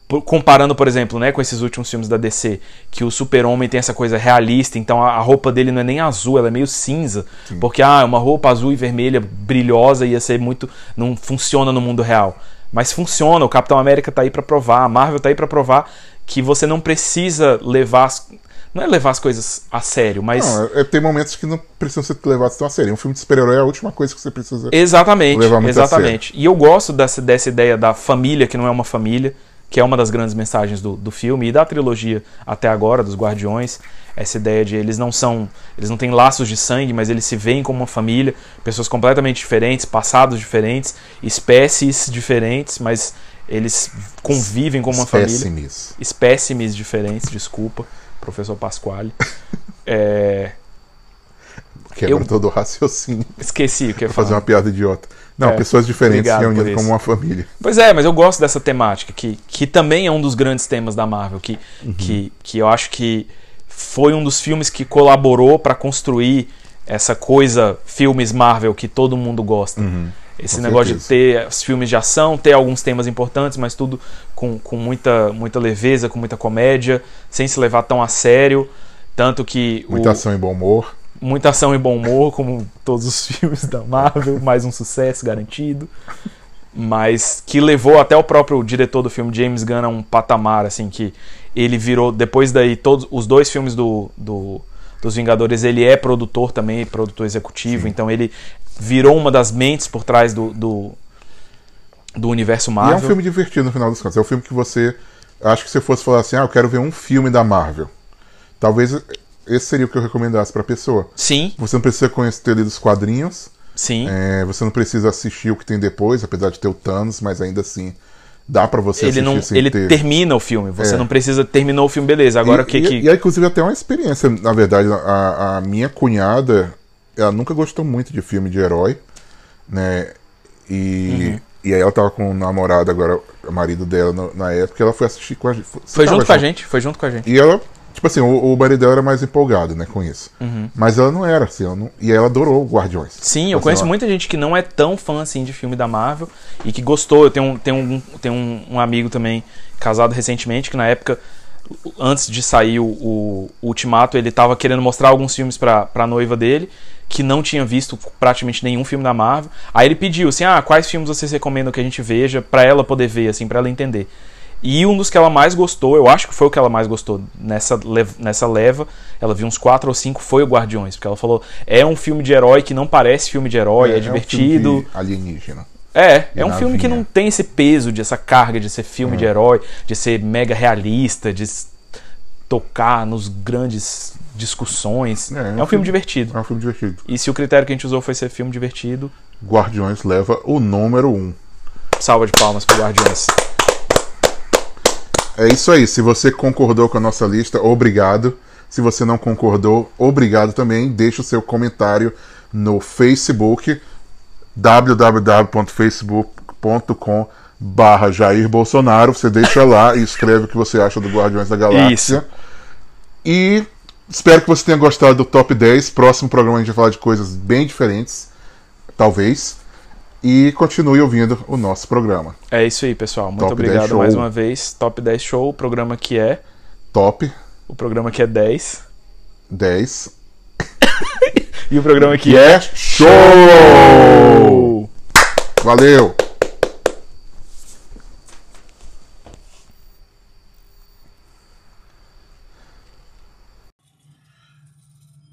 por- comparando, por exemplo, né, com esses últimos filmes da DC, que o Super-Homem tem essa coisa realista, então a, a roupa dele não é nem azul, ela é meio cinza, porque ah, uma roupa azul e vermelha brilhosa ia ser muito não funciona no mundo real. Mas funciona, o Capitão América tá aí pra provar, a Marvel tá aí pra provar que você não precisa levar as, não é levar as coisas a sério, mas Não, é- é- tem momentos que não precisam ser levados tão a sério. Um filme de super-herói é a última coisa que você precisa. Exatamente, Levar muito a exatamente. E eu gosto dessa, dessa ideia da família que não é uma família, que é uma das grandes mensagens do, do filme e da trilogia até agora, dos Guardiões. Essa ideia de eles não são. Eles não têm laços de sangue, mas eles se veem como uma família, pessoas completamente diferentes, passados diferentes, espécies diferentes, mas eles convivem como uma família Espécimes. espécimes diferentes, desculpa, professor Pasquale. É, Quebra Eu- todo o raciocínio. esqueci o que eu ia Fazer falar. uma piada idiota. Não, É, pessoas diferentes obrigado por reunidas isso. como uma família. Pois é, mas eu gosto dessa temática, que, que também é um dos grandes temas da Marvel, que, Uhum. que, que eu acho que foi um dos filmes que colaborou pra construir essa coisa, filmes Marvel, que todo mundo gosta. Esse Uhum. Com negócio certeza. de ter os filmes de ação, ter alguns temas importantes, mas tudo com, com muita, muita leveza, com muita comédia, sem se levar tão a sério. Tanto que. o- Muita ação e bom humor. muita ação e bom humor, como todos os filmes da Marvel, mais um sucesso garantido. Mas que levou até o próprio diretor do filme, James Gunn, a um patamar, assim, que ele virou. Depois daí, todos os dois filmes do, do- dos Vingadores, ele é produtor também, produtor executivo, então ele virou uma das mentes por trás do, do, do E universo é um Marvel. filme divertido no final dos contos. É um filme que você. Acho que se você fosse falar assim, ah, eu quero ver um filme da Marvel. Talvez eh, esse seria o que eu recomendasse pra pessoa. Sim, Você não precisa conhecer ter lido os quadrinhos, sim. é, você não precisa assistir o que tem depois, apesar de ter o Thanos, mas ainda assim dá pra você Ele, assistir não, sem ele ter. termina o filme. Você É. não precisa. Terminou o filme, beleza. Agora e, o que. e, que... e é, inclusive até uma experiência, na verdade, a, a minha cunhada, ela nunca gostou muito de filme de herói, né? E, Uhum. e aí ela tava com o namorado agora, o marido dela no- na época, e ela foi assistir com a gente. Foi junto com a gente, foi junto com a gente. E ela, tipo assim, o, o marido dela era mais empolgado, né, com isso. Mas ela não era, assim, ela não- e ela adorou Guardiões. Uhum. Sim, eu Assim, conheço ó, muita gente que não é tão fã assim de filme da Marvel e que gostou. Eu tenho, um- tenho, um, tenho um, um amigo também casado recentemente que na época antes de sair o, o Ultimato, ele tava querendo mostrar alguns filmes pra, pra noiva dele, que não tinha visto praticamente nenhum filme da Marvel. Aí ele pediu assim: "Ah, quais filmes vocês recomendam que a gente veja pra ela poder ver assim, pra ela entender?" E um dos que ela mais gostou, eu acho que foi o que ela mais gostou nessa, lev- nessa leva, ela viu uns quatro ou cinco, foi o Guardiões, porque ela falou: é um filme de herói que não parece filme de herói, é, um filme divertido. de alienígena. É, E é um filme que navinha. É. não tem esse peso, de essa carga de ser filme de herói, de ser mega realista, de s- tocar nos grandes discussões. É, É, é um um filme, filme- divertido. É um filme divertido. E se o critério que a gente usou foi ser filme divertido, Guardiões leva o número um. salva de palmas pro Guardiões. É isso aí. Se você concordou com a nossa lista, obrigado. Se você não concordou, obrigado também. Deixe o seu comentário no Facebook www.facebook.com barra Jair Bolsonaro. Você deixa lá e escreve o que você acha do Guardiões da Galáxia. E espero que você tenha gostado do Top 10. Próximo programa a gente vai falar de coisas bem diferentes, talvez. E continue ouvindo o nosso programa. É isso aí, pessoal. Muito Top 10 obrigado Show. mais uma vez. Top 10 Show, o programa que é. Top O programa que é 10. 10 E o programa que E é. é show! Valeu!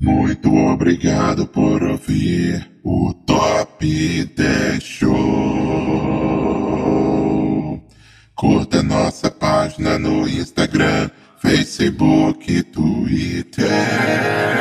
Muito obrigado por ouvir o Top 10 Show. Curta nossa página no Instagram, Facebook e Twitter.